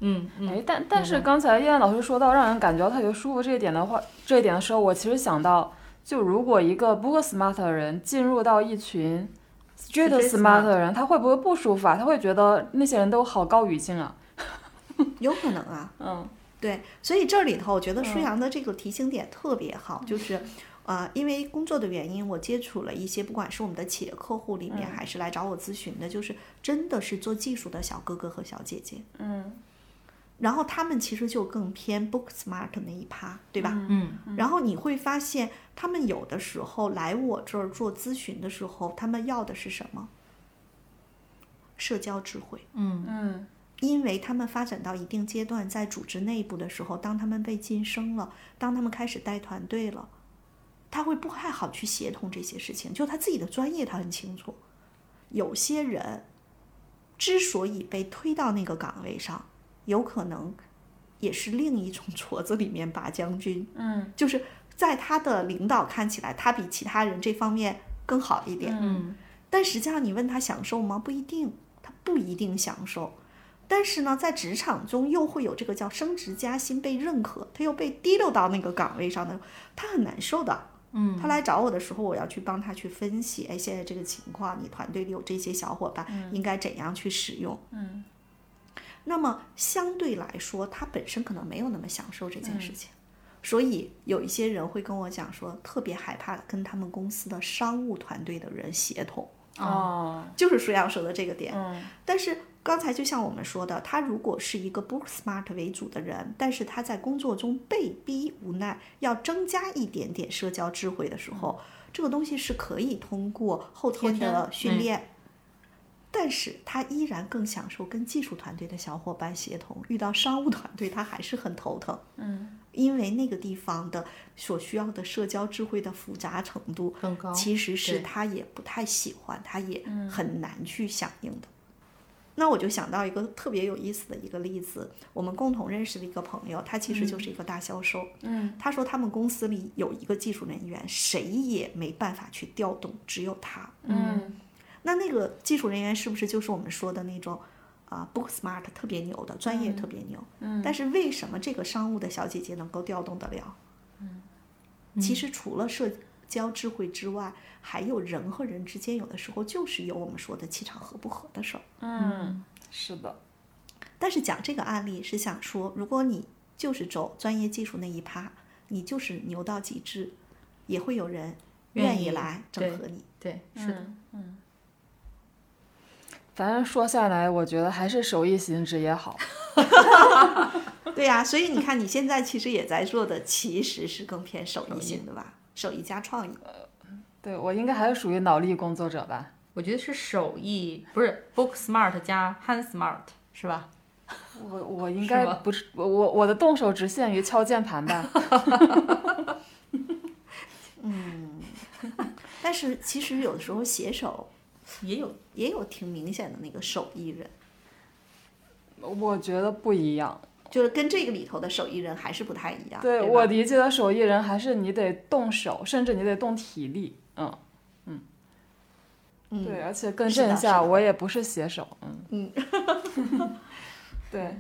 S3: 嗯嗯
S2: 哎，但但是刚才燕燕老师说到让人感觉到特别舒服这一点的话，这一点的时候，我其实想到，就如果一个不够 smart 的人进入到一群 street
S1: Street
S2: smart 的人，他会不会不舒服啊？他会觉得那些人都好高语境啊。
S1: 有可能啊，
S2: 嗯
S1: 对，所以这里头我觉得舒阳的这个提醒点特别好，就是。呃，因为工作的原因，我接触了一些，不管是我们的企业客户里面，还是来找我咨询的，就是真的是做技术的小哥哥和小姐姐，
S2: 嗯
S1: 然后他们其实就更偏 book smart 那一趴，对吧？
S3: 嗯
S1: 然后你会发现，他们有的时候来我这儿做咨询的时候，他们要的是什么？社交智慧。
S3: 嗯
S2: 嗯
S1: 因为他们发展到一定阶段，在组织内部的时候，当他们被晋升了，当他们开始带团队了，他会不太好去协同这些事情。就他自己的专业，他很清楚。有些人之所以被推到那个岗位上，有可能也是另一种矬子里面拔将军，
S2: 嗯
S1: 就是在他的领导看起来，他比其他人这方面更好一点。
S3: 嗯
S1: 但实际上，你问他享受吗？不一定，他不一定享受。但是呢，在职场中又会有这个叫升职加薪被认可，他又被提溜到那个岗位上的，他很难受的。
S3: 嗯，
S1: 他来找我的时候，我要去帮他去分析，哎，现在这个情况，你团队里有这些小伙伴，应该怎样去使用？
S2: 嗯
S1: 那么相对来说，他本身可能没有那么享受这件
S2: 嗯
S1: 事情，所以有一些人会跟我讲说，特别害怕跟他们公司的商务团队的人协同。
S2: 嗯哦
S1: 就是舒阳说的这个点。
S2: 嗯
S1: 但是刚才就像我们说的，他如果是一个不 smart 为主的人，但是他在工作中被逼无奈要增加一点点社交智慧的时候，这个东西是可以通过后天
S3: 后天
S1: 的训练。但是他依然更享受跟技术团队的小伙伴协同，遇到商务团队他还是很头疼，嗯，因为那个地方的所需要的社交智慧的复杂程度
S3: 更高
S1: 其实
S3: 对
S1: 是他也不太喜欢，他也很难去响应的。那我就想到一个特别有意思的一个例子，我们共同认识的一个朋友，他其实就是一个大销售。嗯，他说他们公司里有一个技术人员，谁也没办法去调动，只有他。
S2: 嗯
S1: 那那个技术人员是不是就是我们说的那种啊、book smart 特别牛的，专业特别牛？嗯。但是为什么这个商务的小姐姐能够调动得了？嗯，其实除了社交智慧之外，还有人和人之间有的时候就是有我们说的气场合不合的事儿。
S2: 嗯，是的，
S1: 但是讲这个案例是想说，如果你就是走专业技术那一趴，你就是牛到极致，也会有人愿
S3: 意
S1: 意来整合你。
S3: 对，是的，
S2: 反正说下来，我觉得还是手艺行职业好。
S1: 对呀、所以你看，你现在其实也在做的，其实是更偏手艺型的吧，手艺加创意。
S2: 对我应该还是属于脑力工作者吧？
S3: 我觉得是手艺，不是 book smart 加 hand smart 是吧？
S2: 我我应该不是我我我的动手只限于敲键盘吧？
S1: 但是其实有的时候写手
S3: 也有
S1: 也有挺明显的那个手艺人，
S2: 我觉得不一样。
S1: 就是跟这个里头的手艺人还是不太一样。
S2: 对
S1: 吧
S2: 我理解的手艺人，还是你得动手，甚至你得动体力。嗯
S1: 嗯
S2: 对，而且更
S1: 是的
S2: 正一
S1: 是
S2: 下，
S1: 的
S2: 我也不是写手。嗯
S1: 嗯，
S2: 对，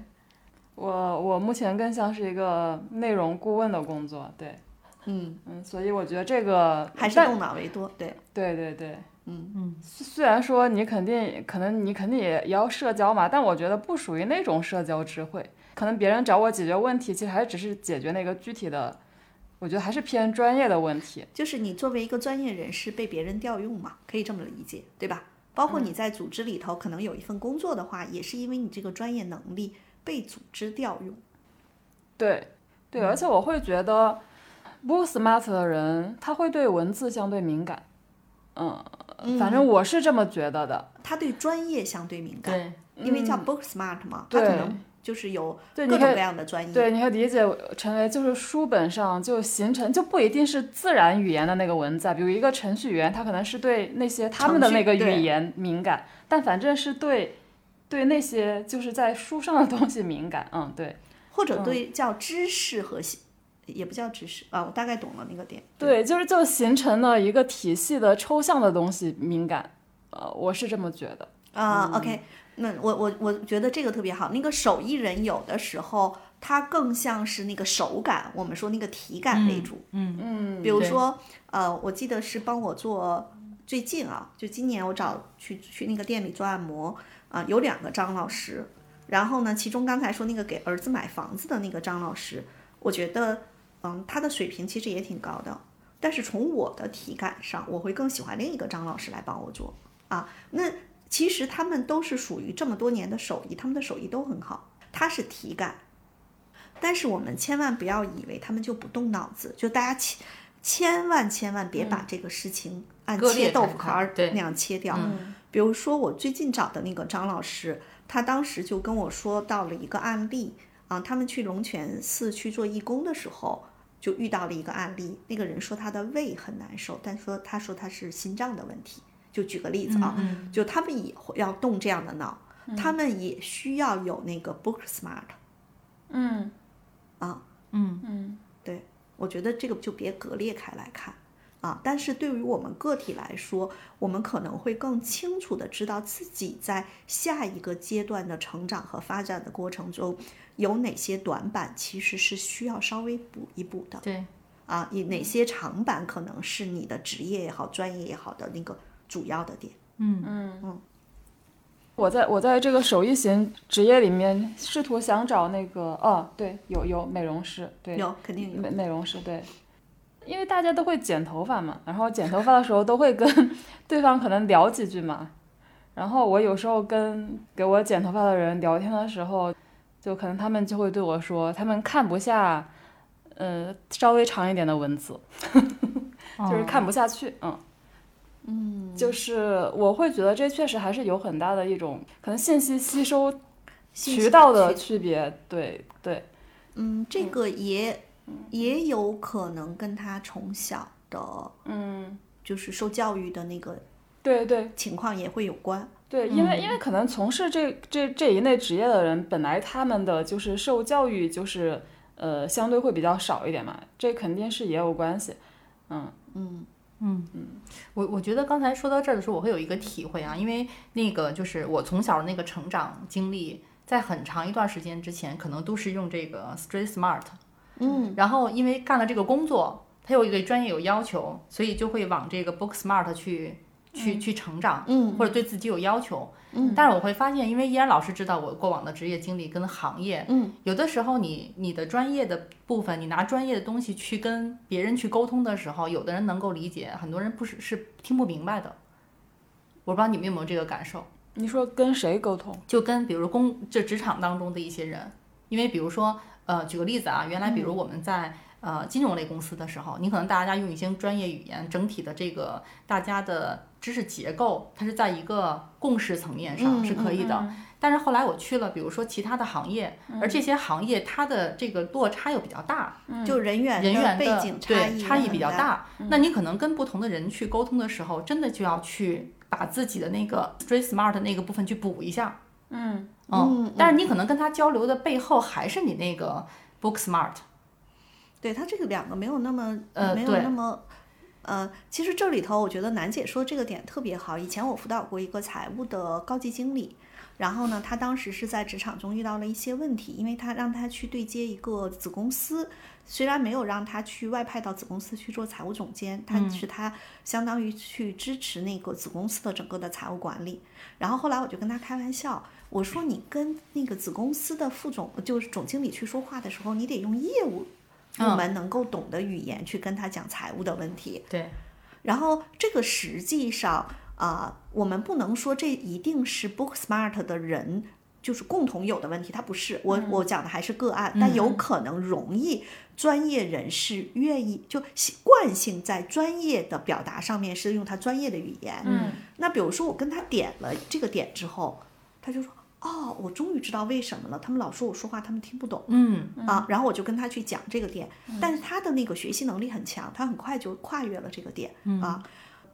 S2: 我我目前更像是一个内容顾问的工作。对，
S1: 嗯，
S2: 嗯，所以我觉得这个
S1: 还是
S2: 呃但
S1: 动脑为多。对，
S2: 对对对，
S1: 嗯
S2: 嗯，虽虽然说你肯定可能你肯定也也要社交嘛，但我觉得不属于那种社交智慧。可能别人找我解决问题，其实还只是解决那个具体的，我觉得还是偏专业的问题。
S1: 就是你作为一个专业人士被别人调用嘛，可以这么理解，对吧？包括
S2: 嗯
S1: 你在组织里头可能有一份工作的话，也是因为你这个专业能力被组织调用。
S2: 对对，
S1: 嗯
S2: 而且我会觉得不 smart 的人，他会对文字相对敏感。嗯，反正我是这么觉得的。
S1: 他对专业相对敏感，
S3: 对，
S1: 因为叫 book smart 嘛，他可
S2: 嗯对
S1: 能就是有各
S2: 对
S1: 种
S2: 你可以
S1: 各样的专业。
S2: 对，你会理解成为就是书本上就形成就不一定是自然语言的那个文字啊，比如一个程序员，他可能是对那些他们的
S1: 程序
S2: 那个
S1: 对
S2: 语言敏感，但反正是对对那些就是在书上的东西敏感。嗯，对
S1: 或者对叫知识和信，也不叫知识啊，我大概懂了那个点。
S2: 对，就是就形成了一个体系的抽象的东西敏感。呃，我是这么觉得。
S1: 啊、o
S2: 嗯
S1: k 那我我我觉得这个特别好。那个手艺人有的时候他更像是那个手感，我们说那个体感为主。
S3: 嗯
S2: 嗯
S1: 比如说，呃，我记得是帮我做最近啊，就今年我找去去那个店里做按摩啊、有两个张老师，然后呢，其中刚才说那个给儿子买房子的那个张老师，我觉得，嗯，他的水平其实也挺高的，但是从我的体感上，我会更喜欢另一个张老师来帮我做啊。那其实他们都是属于这么多年的手艺，他们的手艺都很好，他是体感。但是我们千万不要以为他们就不动脑子，就大家千千万千万别把这个事情按
S3: 嗯割裂
S1: 切豆腐
S3: 开
S1: 块儿
S3: 对
S1: 那样切掉。
S2: 嗯
S1: 比如说我最近找的那个张老师，他当时就跟我说到了一个案例啊，他们去龙泉寺去做义工的时候，就遇到了一个案例，那个人说他的胃很难受，但说他说他是心脏的问题。就举个例子啊，
S3: 嗯
S1: 就他们也会要动这样的脑，他们也需要有那个 book smart。
S2: 嗯
S3: 嗯，
S2: 嗯，
S1: 我觉得这个就别割裂开来看啊。但是对于我们个体来说，我们可能会更清楚的知道自己在下一个阶段的成长和发展的过程中有哪些短板，其实是需要稍微补一补的
S3: 对，
S1: 啊，以哪
S2: 嗯
S1: 些长板可能是你的职业也好、专业也好的那个主要的点。
S2: 我在我在这个手艺型职业里面试图想找那个哦，对，有有美容师，对，嗯
S1: 有肯定有
S2: 美美容师对，因为大家都会剪头发嘛，然后剪头发的时候都会跟对方可能聊几句嘛，然后我有时候跟给我剪头发的人聊天的时候，就可能他们就会对我说，他们看不下，
S3: 哦
S2: 呃，稍微长一点的文字，就是看不下去，嗯，嗯，就是我会觉得这确实还是有很大的一种可能信息吸收渠道的区别，对对，
S1: 嗯，这个也
S2: 嗯
S1: 也有可能跟他从小的
S2: 嗯，
S1: 就是受教育的那个
S2: 对对
S1: 情况也会有关。
S2: 对，因为因为可能从事这这这一类职业的人，本来他们的就是受教育就是呃相对会比较少一点嘛，这肯定是也有关系，嗯
S1: 嗯，
S3: 我我觉得刚才说到这儿的时候，我会有一个体会啊，因为那个就是我从小的那个成长经历，在很长一段时间之前，可能都是用这个 Street Smart，嗯，然后因为干了这个工作，它有对专业有要求，所以就会往这个 Book Smart 去去、去成
S1: 啊
S3: 长，嗯，或者对自己有要求，嗯，但是我会发现，因为依然老师知道我过往的职业经历跟行业，嗯，有的时候你你的专业的部分，你拿专业的东西去跟别人去沟通的时候，有的人能够理解，很多人不是是听不明白的。我不知道你们有没有这个感受，
S2: 你说跟谁沟通？
S3: 就跟比如工这职场当中的一些人，因为比如说呃，举个例子啊，原来比
S1: 嗯
S3: 如我们在、呃金融类公司的时候，你可能大家用一些专业语言，整体的这个大家的知识结构，它是在一个共识层面上
S1: 嗯嗯
S3: 是可以的。但是后来我去了，比如说其他的行业，而这些行业它的这个落差又比较大，
S1: 就人员
S3: 人员
S1: 的背
S3: 的
S1: 景差
S3: 对
S1: 异
S3: 差
S1: 也
S3: 异
S1: 很
S3: 比较
S1: 大。嗯
S3: 大。那你可能跟不同的人去沟通的时候，真的就要去把自己的那个 street smart 那个部分去补一下。
S2: 嗯
S1: 嗯
S3: 但是你可能跟他交流的背后还是你那个 book smart。
S1: 对他这个两个没有那么
S3: 呃
S1: 没有
S3: 对
S1: 那么呃，其实这里头我觉得楠姐说这个点特别好。以前我辅导过一个财务的高级经理，然后呢，他当时是在职场中遇到了一些问题，因为他让他去对接一个子公司，虽然没有让他去外派到子公司去做财务总监，
S3: 嗯
S1: 但是他相当于去支持那个子公司的整个的财务管理。然后后来我就跟他开玩笑，我说你跟那个子公司的副总就是总经理去说话的时候，你得用业务部门能够懂的语言去跟他讲财务的问题。
S3: 对，
S1: 然后这个实际上啊、我们不能说这一定是 Book Smart 的人。就是共同有的问题，它不是我我讲的还是个案，但有可能容易专业人士愿意就习惯性在专业的表达上面是用他专业的语言。嗯，那比如说我跟他点了这个点之后，他就说哦，我终于知道为什么了。他们老说我说话他们听不懂。
S3: 嗯，
S1: 啊，然后我就跟他去讲这个点，但是他的那个学习能力很强，他很快就跨越了这个点、啊。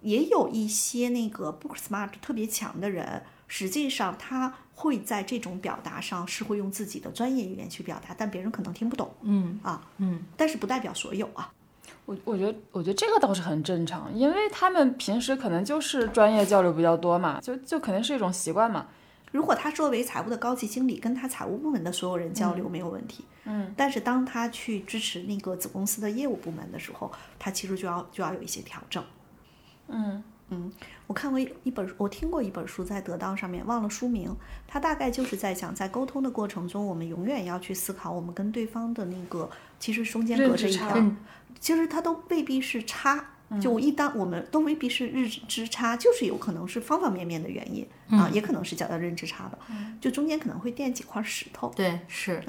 S1: 也有一些那个 book smart 特别强的人，实际上他会在这种表达上是会用自己的专业语言去表达，但别人可能听不懂，嗯啊，嗯，但是不代表所有啊，
S2: 我我觉得，我觉得这个倒是很正常，因为他们平时可能就是专业交流比较多嘛，就就肯定是一种习惯嘛。
S1: 如果他作为财务的高级经理，跟他财务部门的所有人交流没有问题，嗯，但是当他去支持那个子公司的业务部门的时候，他其实就要就要有一些调整。嗯嗯，我看过一本，我听过一本书，在得到上面忘了书名，它大概就是在讲，在沟通的过程中，我们永远要去思考，我们跟对方的那个其实中间
S2: 认
S1: 隔
S2: 知
S1: 着一
S2: 差
S1: 条
S2: 嗯
S1: 其实它都未必是差，就我一当我们都未必是认知差，就是有可能是方方面面的原因、
S2: 嗯
S1: 啊，也可能是叫做认知差吧，就中间可能会垫几块石头。
S3: 对，是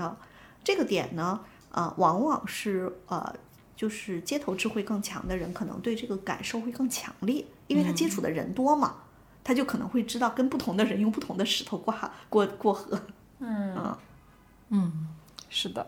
S1: 这个点呢，呃，往往是呃，就是街头智慧更强的人，可能对这个感受会更强烈，因为他接触的人多嘛，他就可能会知道跟不同的人用不同的石头挂过过河。
S2: 是的，